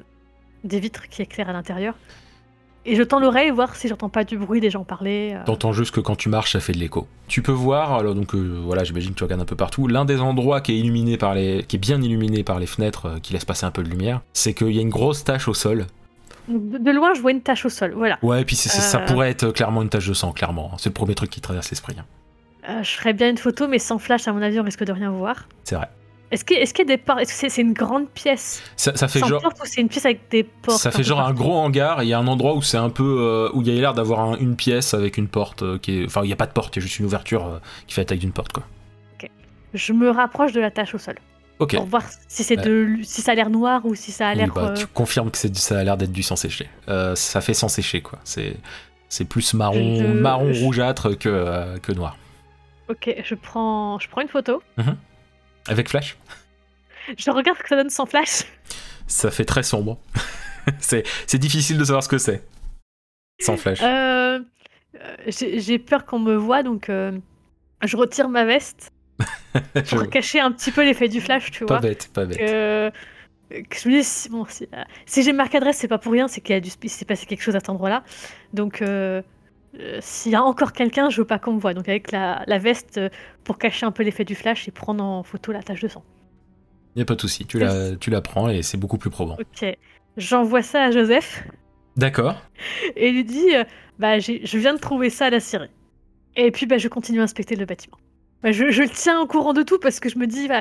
des vitres qui éclairent à l'intérieur. Et je tends l'oreille voir si j'entends pas du bruit des gens parler. euh. T'entends juste que quand tu marches, ça fait de l'écho. Tu peux voir, alors donc euh, voilà, j'imagine que tu regardes un peu partout. L'un des endroits qui est illuminé par les, qui est bien illuminé par les fenêtres, euh, qui laisse passer un peu de lumière, c'est qu'il y a une grosse tache au sol. Donc, de, de loin, je vois une tache au sol. Voilà. Ouais, et puis c'est- c'est- ça Euh. pourrait être clairement une tache de sang, clairement. C'est le premier truc qui traverse l'esprit. hein. Euh, je ferais bien une photo, mais sans flash, à mon avis, on risque de rien voir. C'est vrai. Est-ce que- est-ce qu'il y a des portes Est-ce que c'est c'est une grande pièce Ça, ça fait sans genre. porte ou c'est une pièce avec des portes Ça fait genre un gros hangar et il y a un endroit où c'est un peu euh, où il y a l'air d'avoir un- une pièce avec une porte euh, qui est enfin il y a pas de porte, il y a juste une ouverture euh, qui fait la taille d'une porte quoi. Je me rapproche de la tâche au sol OK. pour voir si c'est Ouais. de si ça a l'air noir ou si ça a Oui, l'air bah, euh, tu confirmes que c'est du- ça a l'air d'être du sans séché. Euh, ça fait sans séché quoi. C'est c'est plus marron Je- marron je- rougeâtre que euh, que noir. OK, je prends je prends une photo. Avec flash, Je regarde ce que ça donne sans flash. ça fait très sombre. (laughs) c'est c'est difficile de savoir ce que c'est. Sans flash. Euh, euh, j'ai j'ai peur qu'on me voit donc euh, je retire ma veste (laughs) Je- pour cacher un petit peu l'effet du flash, tu pas vois. bête, pas bête. que, que je me dis, si, bon, si, euh, si j'ai marqué adresse, c'est pas pour rien, c'est qu'il y a dû se- il s'est passé quelque chose à cet endroit-là. Donc, euh, euh, s'il y a encore quelqu'un, je veux pas qu'on me voit. Donc, avec la, la veste euh, pour cacher un peu l'effet du flash et prendre en photo la tache de sang. Y a pas de souci, tu la tu la prends et c'est beaucoup plus probant. Ok. J'envoie ça à Joseph D'accord. et lui dis euh, bah, j'ai- je viens de trouver ça à la scierie. Et puis, bah, je continue à inspecter le bâtiment. Bah, je, je le tiens au courant de tout parce que je me dis bah,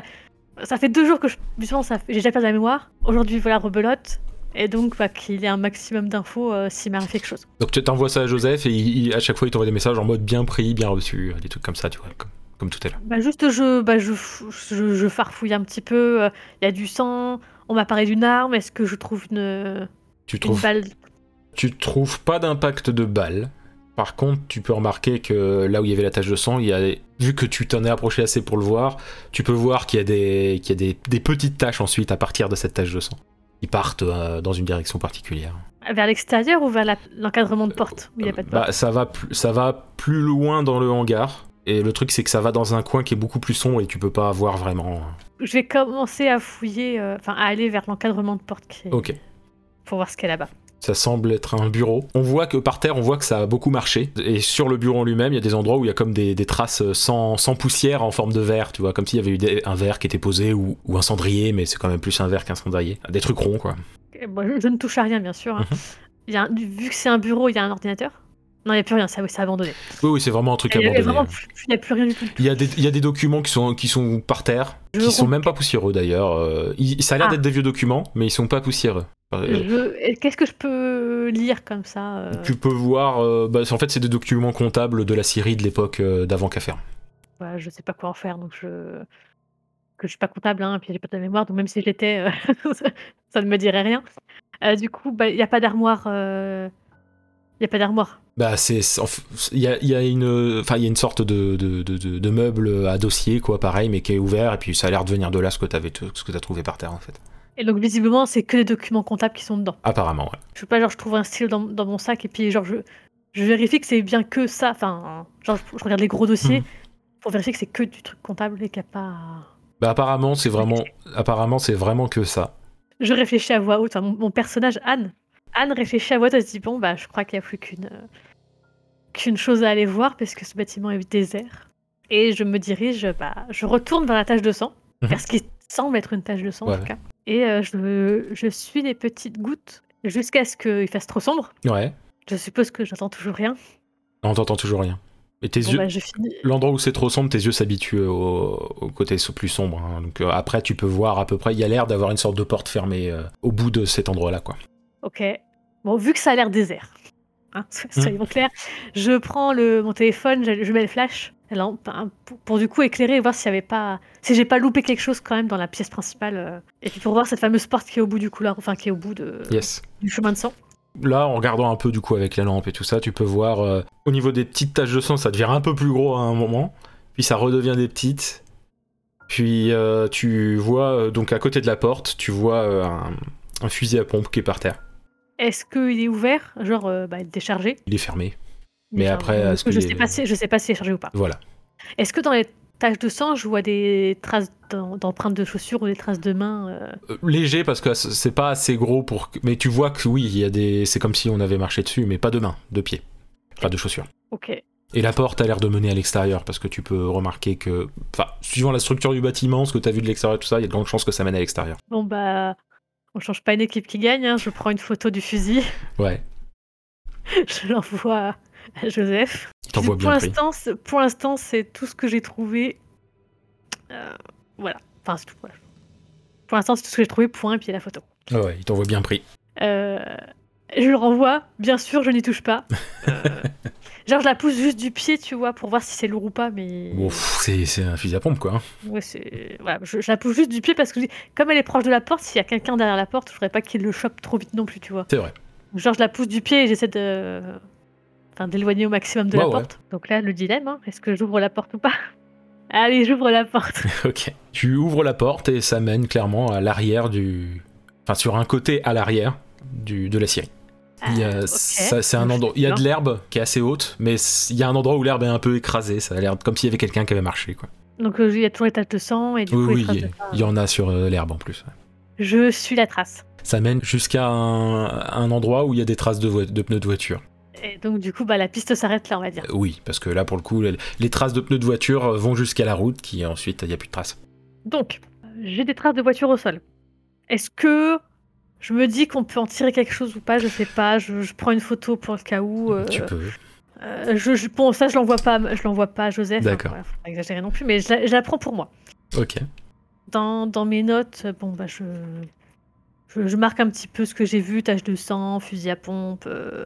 ça fait deux jours que je. Justement, ça fait- j'ai déjà perdu la mémoire. Aujourd'hui, voilà, rebelote. Et donc, bah, qu'il y ait un maximum d'infos euh, s'il m'arrive quelque chose. Donc tu t'envoies ça à Joseph et il- il- à chaque fois il t'envoie des messages en mode bien pris, bien reçu, euh, des trucs comme ça, tu vois, comme, comme tout à l'heure. Bah, juste, je, bah, je, fou- je, je farfouille un petit peu. euh, Il y a du sang. On m'a parlé d'une arme. Est-ce que je trouve une, Tu une trouves, balle tu trouves pas d'impact de balle. Par contre, tu peux remarquer que là où il y avait la tache de sang, il y a, vu que tu t'en es approché assez pour le voir, tu peux voir qu'il y a des, qu'il y a des, des petites taches ensuite à partir de cette tache de sang. Ils partent euh, dans une direction particulière. vers l'extérieur ou vers la- l'encadrement de porte où Il n'y a pas de porte. Bah, ça, va plus, ça va plus loin dans le hangar. Et le truc, c'est que ça va dans un coin qui est beaucoup plus sombre et tu peux pas voir vraiment. Je vais commencer à fouiller, euh, enfin à aller vers l'encadrement de porte qui est- Ok. pour voir ce qu'il y a là-bas. Ça semble être un bureau. On voit que par terre, on voit que ça a beaucoup marché. Et sur le bureau en lui-même, il y a des endroits où il y a comme des, des traces euh, sans, sans poussière en forme de verre, tu vois, comme s'il y avait eu des- un verre qui était posé ou, ou un cendrier, mais c'est quand même plus un verre qu'un cendrier. Ah, Des trucs ronds, quoi. Et bon, je, je ne touche à rien, bien sûr. Mhm. hein. Il y a un- vu que c'est un bureau, il y a un ordinateur Non, il n'y a plus rien, ça, oui, c'est abandonné. Oui, oui, c'est vraiment un truc Il n'y a, abandonné. hein. vraiment plus- il y a plus rien du tout. Il y, a des, il y a des documents qui sont, qui sont par terre, Je qui sont roule. même pas poussiéreux d'ailleurs. Euh, ils- ça a l'air Ah. d'être des vieux documents, mais ils sont pas poussiéreux. Euh, Je- et Qu'est-ce que je peux lire comme ça euh, Tu peux voir, euh, bah, en fait, c'est des documents comptables de la Syrie de l'époque euh, d'avant Kaffer. bah, Je ne sais pas quoi en faire, donc je. Que je suis pas comptable, hein, et puis j'ai pas de mémoire, donc même si j'étais, (laughs) ça ne me dirait rien. Euh, du coup, bah, il n'y a pas d'armoire. euh, Il n'y a pas d'armoire. Bah c'est c'est- en f- il y a, il y a une enfin il y a une sorte de, de, de- de- de meuble à dossier quoi pareil mais qui est ouvert et puis ça a l'air de venir de là ce que t'avais ce que t'as trouvé par terre en fait. Et donc, visiblement, c'est que des documents comptables qui sont dedans. Apparemment ouais. Je sais pas, genre, je trouve un stylo dans, dans mon sac et puis, genre, je, je vérifie que c'est bien que ça. Enfin, genre, je, je regarde les gros dossiers Mhm. pour vérifier que c'est que du truc comptable et qu'il n'y a pas. Bah apparemment c'est vraiment apparemment c'est vraiment que ça. Je réfléchis à voix haute. Enfin, mon, mon personnage, Anne. Anne réfléchit à voix haute. Elle se dit, bon, bah, je crois qu'il n'y a plus qu'une euh, qu'une chose à aller voir parce que ce bâtiment est désert. Et je me dirige, bah, je retourne vers la tache de sang, Mhm. vers ce qui semble être une tache de sang, en Ouais. tout cas. Et euh, je, je suis les petites gouttes jusqu'à ce qu'il fasse trop sombre. Ouais. Je suppose que j'entends toujours rien. On t'entend toujours rien. Et tes Bon, yeux bah, je finis. l'endroit où c'est trop sombre tes yeux s'habituent au, au côté s- plus sombre hein. donc euh, après tu peux voir à peu près il y a l'air d'avoir une sorte de porte fermée euh, au bout de cet endroit là quoi. Ok. Bon, vu que ça a l'air désert, hein, (laughs) so- Hmm. soyons clairs, je prends le, mon téléphone, je, je mets le flash la lampe, hein, pour, pour du coup éclairer et voir s'il y avait pas, si j'ai pas loupé quelque chose quand même dans la pièce principale. euh, et puis pour voir cette fameuse porte qui est au bout du couloir, enfin qui est au bout de, Yes. du chemin de sang. Là, en regardant un peu du coup avec la lampe et tout ça, tu peux voir euh, au niveau des petites taches de sang, ça devient un peu plus gros à un moment, puis ça redevient des petites. Puis euh, tu vois euh, donc à côté de la porte, tu vois euh, un, un fusil à pompe qui est par terre. Est-ce qu'il est ouvert, genre euh, bah, il est déchargé Il est fermé. Mais Enfin, après, euh, est-ce je qu'il sais est- pas si je sais pas si est chargé ou pas. Voilà. Est-ce que dans les taches de sang, je vois des traces d'en- d'empreintes de chaussures ou des traces de mains euh, Euh, léger parce que c'est pas assez gros pour que- mais tu vois que oui, il y a des c'est comme si on avait marché dessus mais pas de main, de pied. Pas de chaussures. Ok. Et la porte a l'air de mener à l'extérieur, parce que tu peux remarquer que, enfin, suivant la structure du bâtiment, ce que tu as vu de l'extérieur et tout ça, il y a de grandes chances que ça mène à l'extérieur. Bon bah, on change pas une équipe qui gagne. hein, Je prends une photo du fusil, (laughs) Ouais, je l'envoie à Joseph. il t'envoie pour bien pris. l'instant, c'est- pour l'instant, c'est tout ce que j'ai trouvé. Euh, voilà. Enfin, c'est tout. voilà. Pour l'instant, c'est tout ce que j'ai trouvé, point, et puis la photo. Ouais, ouais, il t'envoie bien pris. Euh, je le renvoie, bien sûr, je n'y touche pas. Euh, (laughs) genre, je la pousse juste du pied, tu vois, pour voir si c'est lourd ou pas, mais. Bon, pff, c'est c'est un fusil à pompe, quoi. hein. Ouais, c'est- voilà, je, je la pousse juste du pied parce que je dis, comme elle est proche de la porte, s'il y a quelqu'un derrière la porte, je voudrais pas qu'il le chope trop vite non plus, tu vois. C'est vrai. (laughs) Genre, je la pousse du pied et j'essaie de. Enfin, d'éloigner au maximum de Ouais, la ouais. porte. Donc là, le dilemme, hein, est-ce que j'ouvre la porte ou pas (laughs) Allez, j'ouvre la porte. Ok. Tu ouvres la porte et ça mène clairement à l'arrière du. Enfin, sur un côté à l'arrière du... de la scierie. (laughs) Il y a- Ah, ok. ça- c'est un Donc, je endroit. Il y a de suis l'herbe qui est assez haute, mais c- il y a un endroit où l'herbe est un peu écrasée. Ça a l'air comme s'il y avait quelqu'un qui avait marché, quoi. Donc euh, il y a toujours les taches de sang et du coup, les Oui, traces oui, de il pas. il y en a sur euh, l'herbe en plus. Je suis la trace. Ça mène jusqu'à un, un endroit où il y a des traces de, voi- de pneus de voiture. Et donc du coup, bah, la piste s'arrête là, on va dire. Euh, Oui, parce que là, pour le coup, les, les traces de pneus de voiture euh, vont jusqu'à la route, qui ensuite, il n'y a plus de traces. Donc, euh, j'ai des traces de voiture au sol. Est-ce que je me dis qu'on peut en tirer quelque chose ou pas Je sais pas. Je, je prends une photo pour le cas où. euh, tu peux. euh, je, je- bon, ça, je l'envoie pas. à- Je l'envoie pas à Joseph. hein, D'accord. voilà, faut pas exagérer non plus, mais je la, je la prends pour moi. Ok. Dans, dans mes notes, euh, bon bah je, je je marque un petit peu ce que j'ai vu tache de sang, fusil à pompe. euh,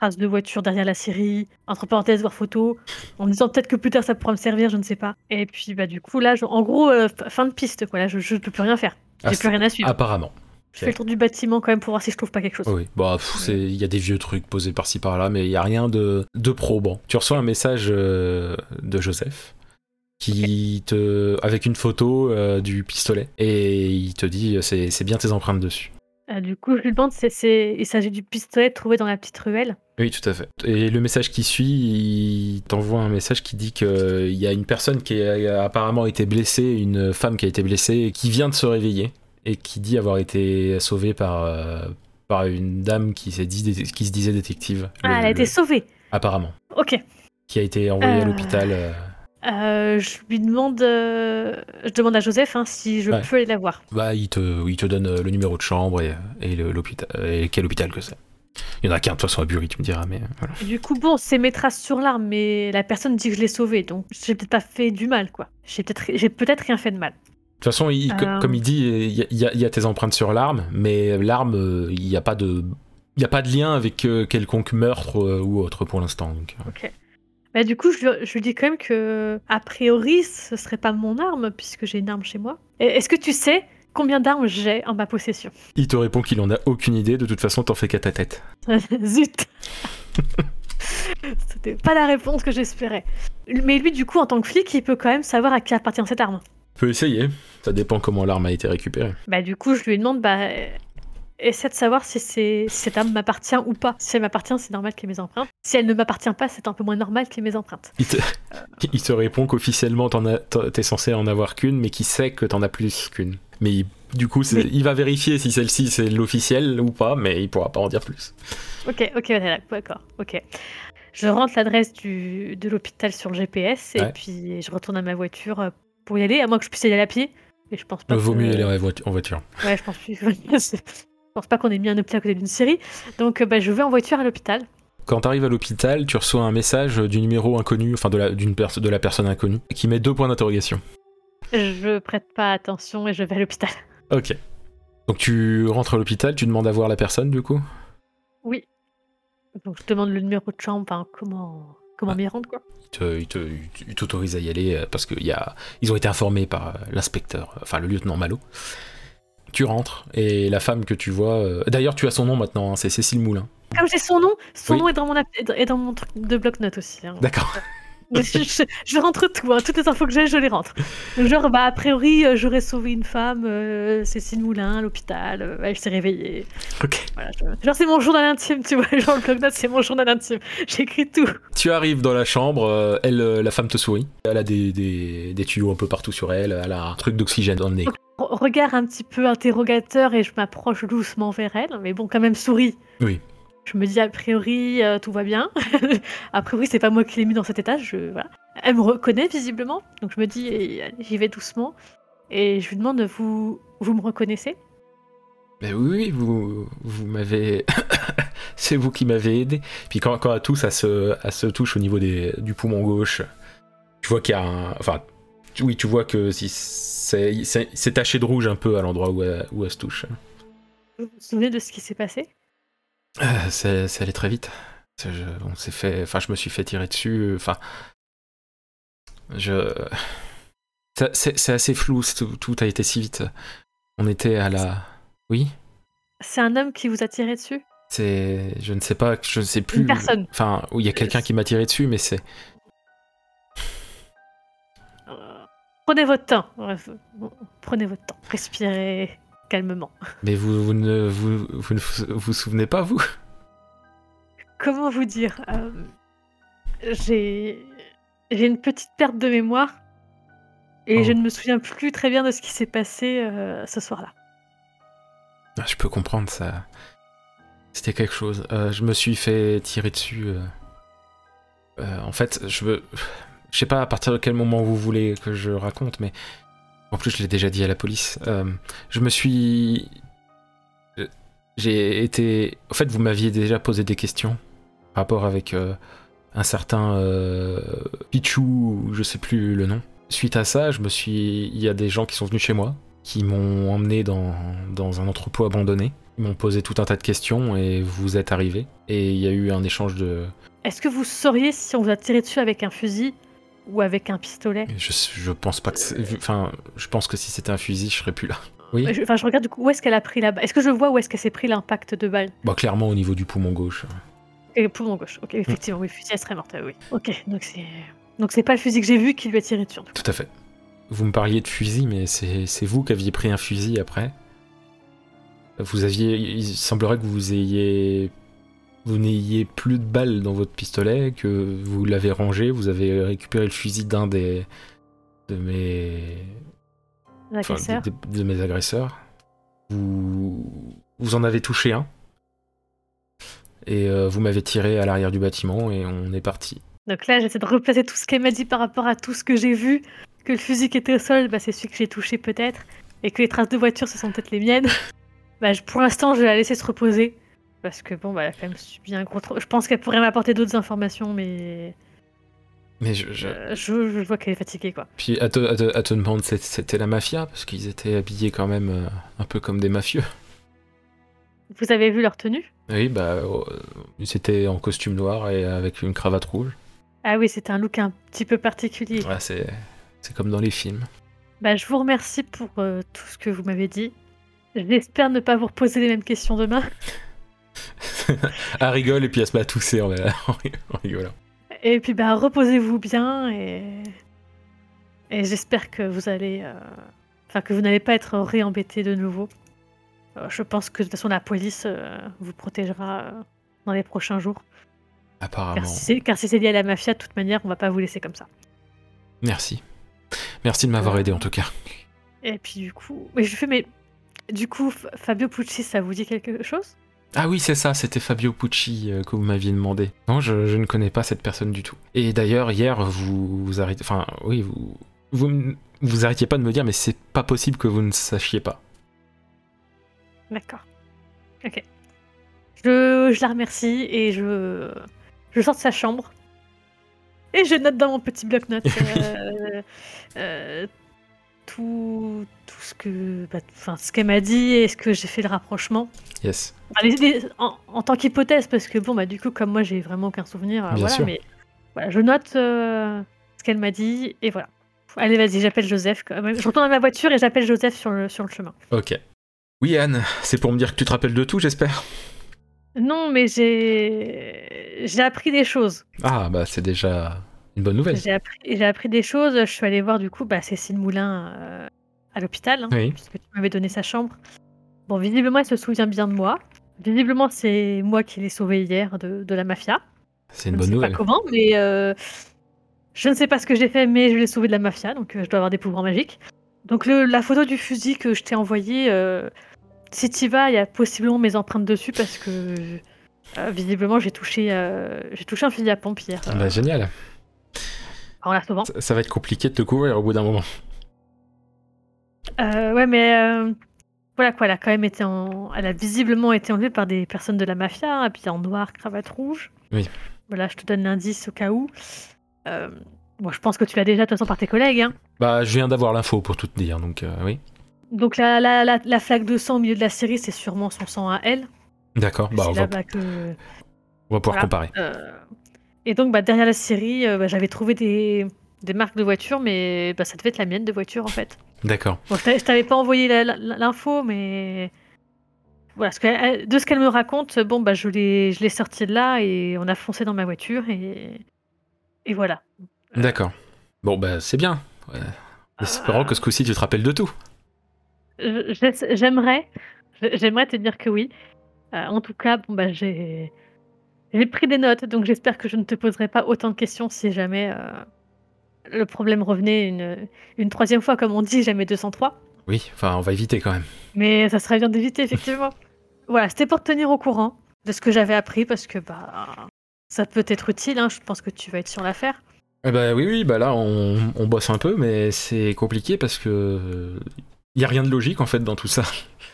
traces de voiture derrière la série, entre parenthèses, voir photo, en me disant peut-être que plus tard ça pourra me servir, je ne sais pas. Et puis bah du coup là, je- en gros, euh, f- fin de piste quoi, là je, je peux plus rien faire. Ah, J'ai plus rien à suivre. Apparemment. je fais le tour du bâtiment quand même pour voir si je trouve pas quelque chose. Oui, bah, pff, c'est- il y a des vieux trucs posés par-ci par-là, mais il n'y a rien de, de probant. Tu reçois un message euh, de Joseph qui te, avec une photo euh, du pistolet et il te dit euh, c'est c'est bien tes empreintes dessus. Euh, du coup, je lui demande, c'est, c'est- il s'agit du pistolet trouvé dans la petite ruelle. Oui, tout à fait. Et le message qui suit, il t'envoie un message qui dit qu'il y a une personne qui a apparemment été blessée, une femme qui a été blessée, et qui vient de se réveiller et qui dit avoir été sauvée par, euh, par une dame qui, s'est dit, qui se disait détective. ah, Le- elle a été le- sauvée. Apparemment. Ok. qui a été envoyé à Euh. l'hôpital. euh, Euh, je lui demande, euh, je demande à Joseph hein, si je Ouais. peux aller la voir. Bah, il te, il te donne euh, le numéro de chambre et, et le- l'hôpital, et quel hôpital que c'est. Il y en a qu'un, de toute façon, à Bury, tu me diras, mais euh, voilà. Et du coup, bon, c'est mes traces sur l'arme, mais la personne dit que je l'ai sauvée, donc j'ai peut-être pas fait du mal, quoi. J'ai peut-être, j'ai peut-être rien fait de mal. De toute façon, il- co- Euh. comme il dit, il y a- il y, a- il y a tes empreintes sur l'arme, mais l'arme, euh, il n'y a pas de. Il n'y a pas de lien avec euh, quelconque meurtre euh, ou autre pour l'instant. donc, euh. Bah, du coup, je lui, je lui dis quand même que, a priori, ce serait pas mon arme, puisque j'ai une arme chez moi. Et est-ce que tu sais combien d'armes j'ai en ma possession (laughs) Il te répond qu'il en a aucune idée, de toute façon, t'en fais qu'à ta tête. Zut C'était pas la réponse que j'espérais. Mais lui, du coup, en tant que flic, il peut quand même savoir à qui appartient cette arme. Tu peux essayer, ça dépend comment l'arme a été récupérée. Bah, du coup, je lui demande, bah, euh, essaie de savoir si, c'est- si cette arme m'appartient ou pas. Si elle m'appartient, c'est normal qu'il y ait mes empreintes. Si elle ne m'appartient pas, c'est un peu moins normal qu'il y ait mes empreintes. Il te, il te répond qu'officiellement t'en as- t'en- t'es censé en avoir qu'une, mais qu'il sait que t'en as plus qu'une. Mais il- du coup, c'est- Mais- il va vérifier si celle-ci c'est l'officielle ou pas, mais il pourra pas en dire plus. Ok, ok, voilà, d'accord, ok. Je rentre l'adresse du- de l'hôpital sur le GPS et Ouais. puis je retourne à ma voiture euh, pour y aller, à moins que je puisse y aller à pied. Mais je pense pas. Bah, Vaut que- mieux aller en voitu- en voiture. Ouais, je pense plus. (laughs) je pense pas qu'on ait mis un hôpital à côté d'une série. Donc, euh, bah, je vais en voiture à l'hôpital. Quand t'arrives à l'hôpital, tu reçois un message du numéro inconnu, enfin de la, d'une perso- de la personne inconnue, qui met deux points d'interrogation. Je prête pas attention et je vais à l'hôpital. Ok. Donc tu rentres à l'hôpital, tu demandes à voir la personne du coup Oui. Donc, je demande le numéro de chambre, enfin, comment, comment m'y rendre, quoi. Il te- il te- il t- il t'autorise à y aller euh, parce qu'ils a, ils ont été informés par euh, l'inspecteur, euh, enfin le lieutenant Malo. Tu rentres et la femme que tu vois. euh, D'ailleurs, tu as son nom maintenant, hein, c'est Cécile Moulin. Comme j'ai son nom, son Oui. nom est dans mon, app- est dans- est dans mon truc de bloc-notes aussi. hein. (laughs) D'accord. je, je- je rentre tout, hein, toutes les infos que j'ai, je (laughs) les rentre. Genre, bah, a priori, euh, j'aurais sauvé une femme, euh, Cécile Moulin, à l'hôpital, euh, elle s'est réveillée. Ok. Voilà, je- Genre, c'est mon journal intime, tu vois. (laughs) Genre, le bloc-notes, c'est mon journal intime. J'écris tout. Tu arrives dans la chambre, euh, elle, euh, la femme te sourit. Elle a des, des- des tuyaux un peu partout sur elle, elle a un truc d'oxygène dans le nez. Re- Regard un petit peu interrogateur et je m'approche doucement vers elle, mais bon, quand même, souris. Oui. Je me dis, a priori, euh, tout va bien. (laughs) a priori, c'est pas moi qui l'ai mis dans cet état. Je, voilà. Elle me reconnaît visiblement, donc je me dis, eh, allez, j'y vais doucement. Et je lui demande, vous, vous me reconnaissez Mais Ben oui, oui, vous, vous m'avez. (coughs) c'est vous qui m'avez aidé. Puis quand, quand à tout, ça se, à se touche au niveau des, du poumon gauche, tu vois qu'il y a un. Enfin, oui, tu vois que si c'est c'est- c'est taché de rouge un peu à l'endroit où, elle- où elle se touche. Vous vous souvenez de ce qui s'est passé Ah, C'est c'est allé très vite. C'est- je- on s'est fait, enfin, je me suis fait tirer dessus. euh, Enfin, je. Ça- C'est c'est assez flou. c'est Tout, tout a été si vite. On était à la. Oui. C'est un homme qui vous a tiré dessus C'est. Je ne sais pas. Je ne sais plus. Une personne. Enfin, oui, il y a quelqu'un qui m'a tiré dessus, mais c'est. Euh, Prenez votre temps. Bref, bon, Prenez votre temps. Respirez calmement. Mais vous, vous ne vous, vous ne vous vous souvenez pas vous Comment vous dire euh, J'ai j'ai une petite perte de mémoire et Oh. je ne me souviens plus très bien de ce qui s'est passé euh, ce soir-là. Ah, Je peux comprendre ça. C'était quelque chose. Euh, je me suis fait tirer dessus. euh. Euh, en fait, je veux. Je sais pas à partir de quel moment vous voulez que je raconte, mais en plus je l'ai déjà dit à la police. Euh, je me suis. Euh, J'ai été. En fait, vous m'aviez déjà posé des questions. en Rapport avec euh, un certain euh, Pichu, ou je sais plus le nom. Suite à ça, je me suis. Il y a des gens qui sont venus chez moi, qui m'ont emmené dans, dans un entrepôt abandonné. Ils m'ont posé tout un tas de questions et vous êtes arrivés. Et il y a eu un échange de. Est-ce que vous sauriez si on vous a tiré dessus avec un fusil ou avec un pistolet Je, je pense pas que. c'est- vu- Enfin, je pense que si c'était un fusil, je serais plus là. Oui. Je- Enfin, je regarde du coup où est-ce qu'elle a pris la balle. Est-ce que je vois où est-ce qu'elle s'est pris l'impact de balle Bah, clairement au niveau du poumon gauche. Et poumon gauche. Ok, effectivement, oui, le fusil, elle serait morte, euh, oui. Ok, donc c'est. Donc c'est pas le fusil que j'ai vu qui lui a tiré dessus. en tout cas. Tout à fait. Vous me parliez de fusil, mais c'est c'est vous qui aviez pris un fusil après. Vous aviez. Il semblerait que vous ayez. Vous n'ayez plus de balles dans votre pistolet, que vous l'avez rangé, vous avez récupéré le fusil d'un des. de mes. enfin, L'agresseur. de, de- de mes agresseurs. Vous, vous en avez touché un. Et euh, vous m'avez tiré à l'arrière du bâtiment et on est parti. Donc là, j'essaie de replacer tout ce qu'elle m'a dit par rapport à tout ce que j'ai vu. Que le fusil qui était au sol, bah, c'est celui que j'ai touché peut-être. Et que les traces de voiture, ce sont peut-être les miennes. (laughs) Bah, je- pour l'instant, je vais la laisser se reposer. Parce que bon, bah, elle a quand même subi un gros. tra- Je pense qu'elle pourrait m'apporter d'autres informations, mais. Mais je, je- euh, je, je vois qu'elle est fatiguée, quoi. Puis à te, à te- à te demander, c'est- c'était la mafia Parce qu'ils étaient habillés quand même euh, un peu comme des mafieux. Vous avez vu leur tenue (laughs) Oui, bah, euh, c'était en costume noir et avec une cravate rouge. Ah oui, c'était un look un petit peu particulier. Ouais, c'est c'est comme dans les films. Bah, je vous remercie pour euh, tout ce que vous m'avez dit. J'espère ne pas vous reposer les mêmes questions demain. Elle Ah, rigole et puis elle se met à tousser en, (laughs) en rigolant. Et puis bah reposez-vous bien et et j'espère que vous allez euh, enfin que vous n'allez pas être réembêté de nouveau. Euh, je pense que de toute façon la police euh, vous protégera euh, dans les prochains jours car Apparemment. si c'est car si c'est lié à la mafia de toute manière, on va pas vous laisser comme ça. Merci. Merci de m'avoir aidé en tout cas. Et puis du coup, mais je fais mais du coup F- Fabio Pucci ça vous dit quelque chose Ah oui, c'est ça, c'était Fabio Pucci euh, que vous m'aviez demandé. Non, je, je ne connais pas cette personne du tout. Et d'ailleurs, hier, vous, vous arrêtez. Enfin, oui, vous. Vous, m- vous arrêtiez pas de me dire, mais c'est pas possible que vous ne sachiez pas. D'accord. OK. Je, je la remercie et je je sors de sa chambre. Et je note dans mon (laughs) petit bloc-notes euh, euh, tout, tout ce que bah, enfin, ce qu'elle m'a dit et ce que j'ai fait le rapprochement. Yes. Enfin, les- les- en, en tant qu'hypothèse, parce que bon, bah, du coup, comme moi, j'ai vraiment aucun souvenir, euh, Bien voilà, sûr. mais voilà, je note euh, ce qu'elle m'a dit et voilà. Allez, vas-y, j'appelle Joseph. quand même. Je retourne dans ma voiture et j'appelle Joseph sur le, sur le chemin. Ok. Oui, Anne, c'est pour me dire que tu te rappelles de tout, j'espère. Non, mais j'ai j'ai appris des choses. Ah, bah, c'est déjà une bonne nouvelle. J'ai appris, j'ai appris des choses. Je suis allée voir du coup bah, Cécile Moulin euh, à l'hôpital, hein, Oui. puisque tu m'avais donné sa chambre. Bon, visiblement, elle se souvient bien de moi. Visiblement, c'est moi qui l'ai sauvée hier de, de la mafia. C'est une je bonne ne sais nouvelle. pas comment, mais euh, je ne sais pas ce que j'ai fait, mais je l'ai sauvée de la mafia, donc euh, je dois avoir des pouvoirs magiques. Donc le- la photo du fusil que je t'ai envoyée, euh, si t'y vas, il y a possiblement mes empreintes dessus parce que euh, visiblement j'ai touché, euh, j'ai touché un fusil à pompe hier euh, Bah, génial. en la sauvant. Ça, ça va être compliqué de te couvrir au bout d'un moment. Euh, ouais, mais euh, voilà quoi, elle a quand même été en... Elle a visiblement été enlevée par des personnes de la mafia, hein, habillée en noir, cravate rouge. Oui. Voilà, je te donne l'indice au cas où. Euh, Bon, je pense que tu l'as déjà de toute façon par tes collègues. Hein. Bah, je viens d'avoir l'info pour tout te dire, donc euh, oui. Donc la, la, la, la flaque de sang au milieu de la série, c'est sûrement son sang à elle. D'accord, bah, c'est on va, là-bas que. on va pouvoir voilà. comparer. Euh, Et donc, bah, derrière la série, euh, bah, j'avais trouvé des, des marques de voitures, mais bah, ça devait être la mienne de voiture en fait. D'accord. Bon, je t'a- je t'avais pas envoyé la- la- l'info, mais. Voilà, parce que, elle- de ce qu'elle me raconte, bon, bah, je l'ai je l'ai sortie de là et on a foncé dans ma voiture et. Et voilà. D'accord. Bon, bah, c'est bien. Ouais. Espérons que ce coup-ci, tu te rappelles de tout. Euh, j'essa- J'aimerais, j'aimerais te dire que oui. Euh, en tout cas, bon bah j'ai, j'ai pris des notes, donc j'espère que je ne te poserai pas autant de questions si jamais euh, le problème revenait une, une troisième fois, comme on dit, jamais 203. Oui, enfin, on va éviter quand même. Mais ça serait bien (laughs) d'éviter effectivement. voilà, c'était pour te tenir au courant de ce que j'avais appris parce que bah ça peut être utile. hein, je pense que tu vas être sur l'affaire. Eh bah, oui, oui, bah là, on, on bosse un peu, mais c'est compliqué parce que. Il n'y a rien de logique, en fait, dans tout ça. Je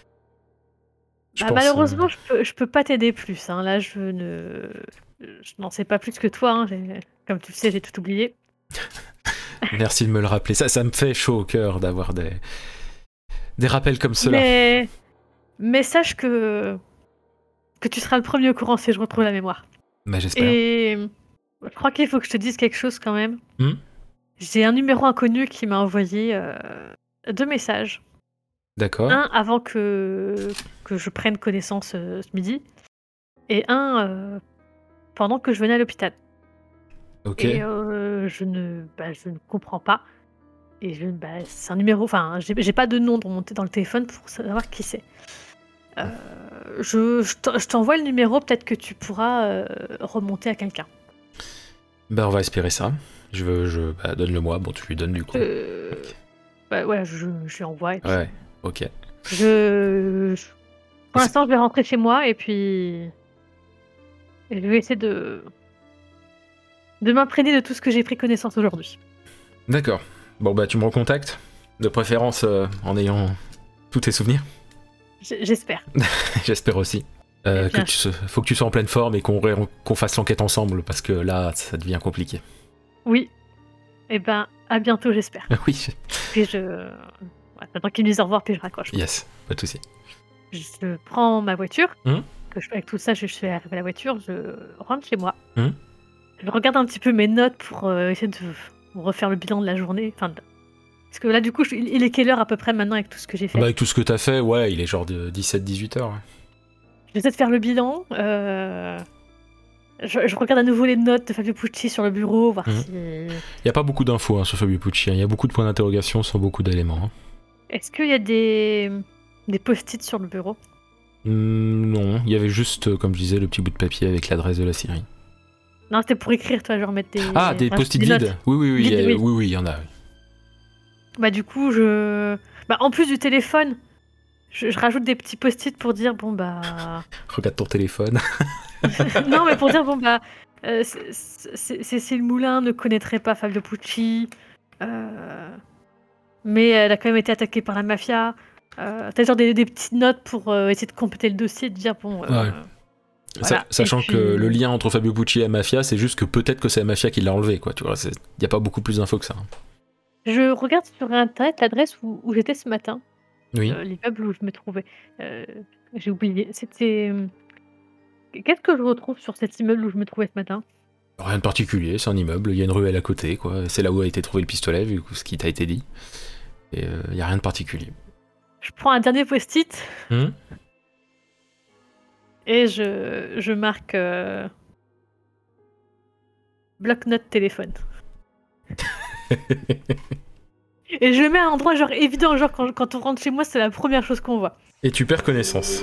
Bah, pense, euh, malheureusement, je peux, je peux pas t'aider plus. hein. Là, je ne, je n'en sais pas plus que toi. hein. J'ai- Comme tu le sais, j'ai tout oublié. euh, Merci de me le rappeler. Ça, ça me fait chaud au cœur d'avoir des, des rappels comme cela. Mais, mais sache que que tu seras le premier au courant si je retrouve la mémoire. Bah, j'espère. Et je crois qu'il faut que je te dise quelque chose quand même. Hmm. J'ai un numéro inconnu qui m'a envoyé euh, deux messages. D'accord. Un avant que que je prenne connaissance euh, ce midi, et un euh, pendant que je venais à l'hôpital. ok. Et euh, je, ne, bah, je ne comprends pas. Et je, bah, c'est un numéro. Enfin, j'ai j'ai pas de nom dans, mon t- dans le téléphone pour savoir qui c'est. Euh, je je t'en- je t'envoie le numéro, peut-être que tu pourras euh, remonter à quelqu'un. Bah, on va espérer ça. Je veux, je, bah, donne-le-moi. Bon, tu lui donnes du coup. Euh, bah, voilà, je, je lui envoie. et puis Ouais, ok. je, je- pour C'est- l'instant, je vais rentrer chez moi et puis. et je vais essayer de. de m'imprégner de tout ce que j'ai pris connaissance aujourd'hui. D'accord. Bon, bah, tu me recontactes. De préférence euh, en ayant tous tes souvenirs. (laughs) J- J'espère. J'espère aussi. Euh, Eh que bien. tu se- faut que tu sois en pleine forme et qu'on, ré- qu'on fasse l'enquête ensemble parce que là, ça devient compliqué. Oui. Et ben, à bientôt, j'espère. (laughs) oui, Puis je. Ouais, J'attends qu'ils me disent au revoir, puis je raccroche. yes, pas de soucis. Je prends ma voiture. Hmm. que je, avec tout ça, je suis arrivée à la voiture, je rentre chez moi. Hmm. Je regarde un petit peu mes notes pour euh, essayer de refaire le bilan de la journée. Enfin, de- Parce que là, du coup, je- il il est quelle heure à peu près maintenant avec tout ce que j'ai fait Bah, avec tout ce que t'as fait, ouais, il est genre de 17-18 heures. hein. ouais. Je vais peut-être faire le bilan. euh, Je, je regarde à nouveau les notes de Fabio Pucci sur le bureau, voir Hmm. si. Il n'y a pas beaucoup d'infos hein, sur Fabio Pucci. hein. Il y a beaucoup de points d'interrogation sans beaucoup d'éléments. hein. Est-ce qu'il y a des, des post-it sur le bureau Hmm, non, il y avait juste, euh, comme je disais, le petit bout de papier avec l'adresse de la série. Non, c'était pour écrire, toi, genre mettre des. Ah, des enfin, post-it notes. vides Oui, oui, oui, il y a- Vides, oui, oui. oui, il y en a. oui. Bah, du coup, je. Bah, en plus du téléphone, je, je rajoute des petits post-it pour dire, bon, bah. Regarde ton téléphone. non, mais pour dire, bon, bah. euh, C- C- Cécile Moulin ne connaîtrait pas Fabio Pucci. euh, Mais elle a quand même été attaquée par la mafia. Euh, T'as genre des, des petites notes pour euh, essayer de compléter le dossier, de dire, bon. euh, Ouais. Voilà. Sa- Sachant Et puis- euh, que le lien entre Fabio Pucci et la mafia, c'est juste que peut-être que c'est la mafia qui l'a enlevé, quoi. Tu vois, c'est- il n'y a pas beaucoup plus d'infos que ça. hein. Je regarde sur internet l'adresse où- où j'étais ce matin. Oui. euh, l'immeuble où je me trouvais. Euh, J'ai oublié. C'était. euh, Qu'est-ce que je retrouve sur cet immeuble où je me trouvais ce matin Rien de particulier, c'est un immeuble, il y a une ruelle à côté, quoi. C'est là où a été trouvé le pistolet, vu ce qui t'a été dit. Et euh, il n'y a rien de particulier. Je prends un dernier post-it Hmm et je, je marque. euh, Bloc-notes téléphone. Et je le mets à un endroit genre évident, genre quand, quand on rentre chez moi, c'est la première chose qu'on voit. et tu perds connaissance.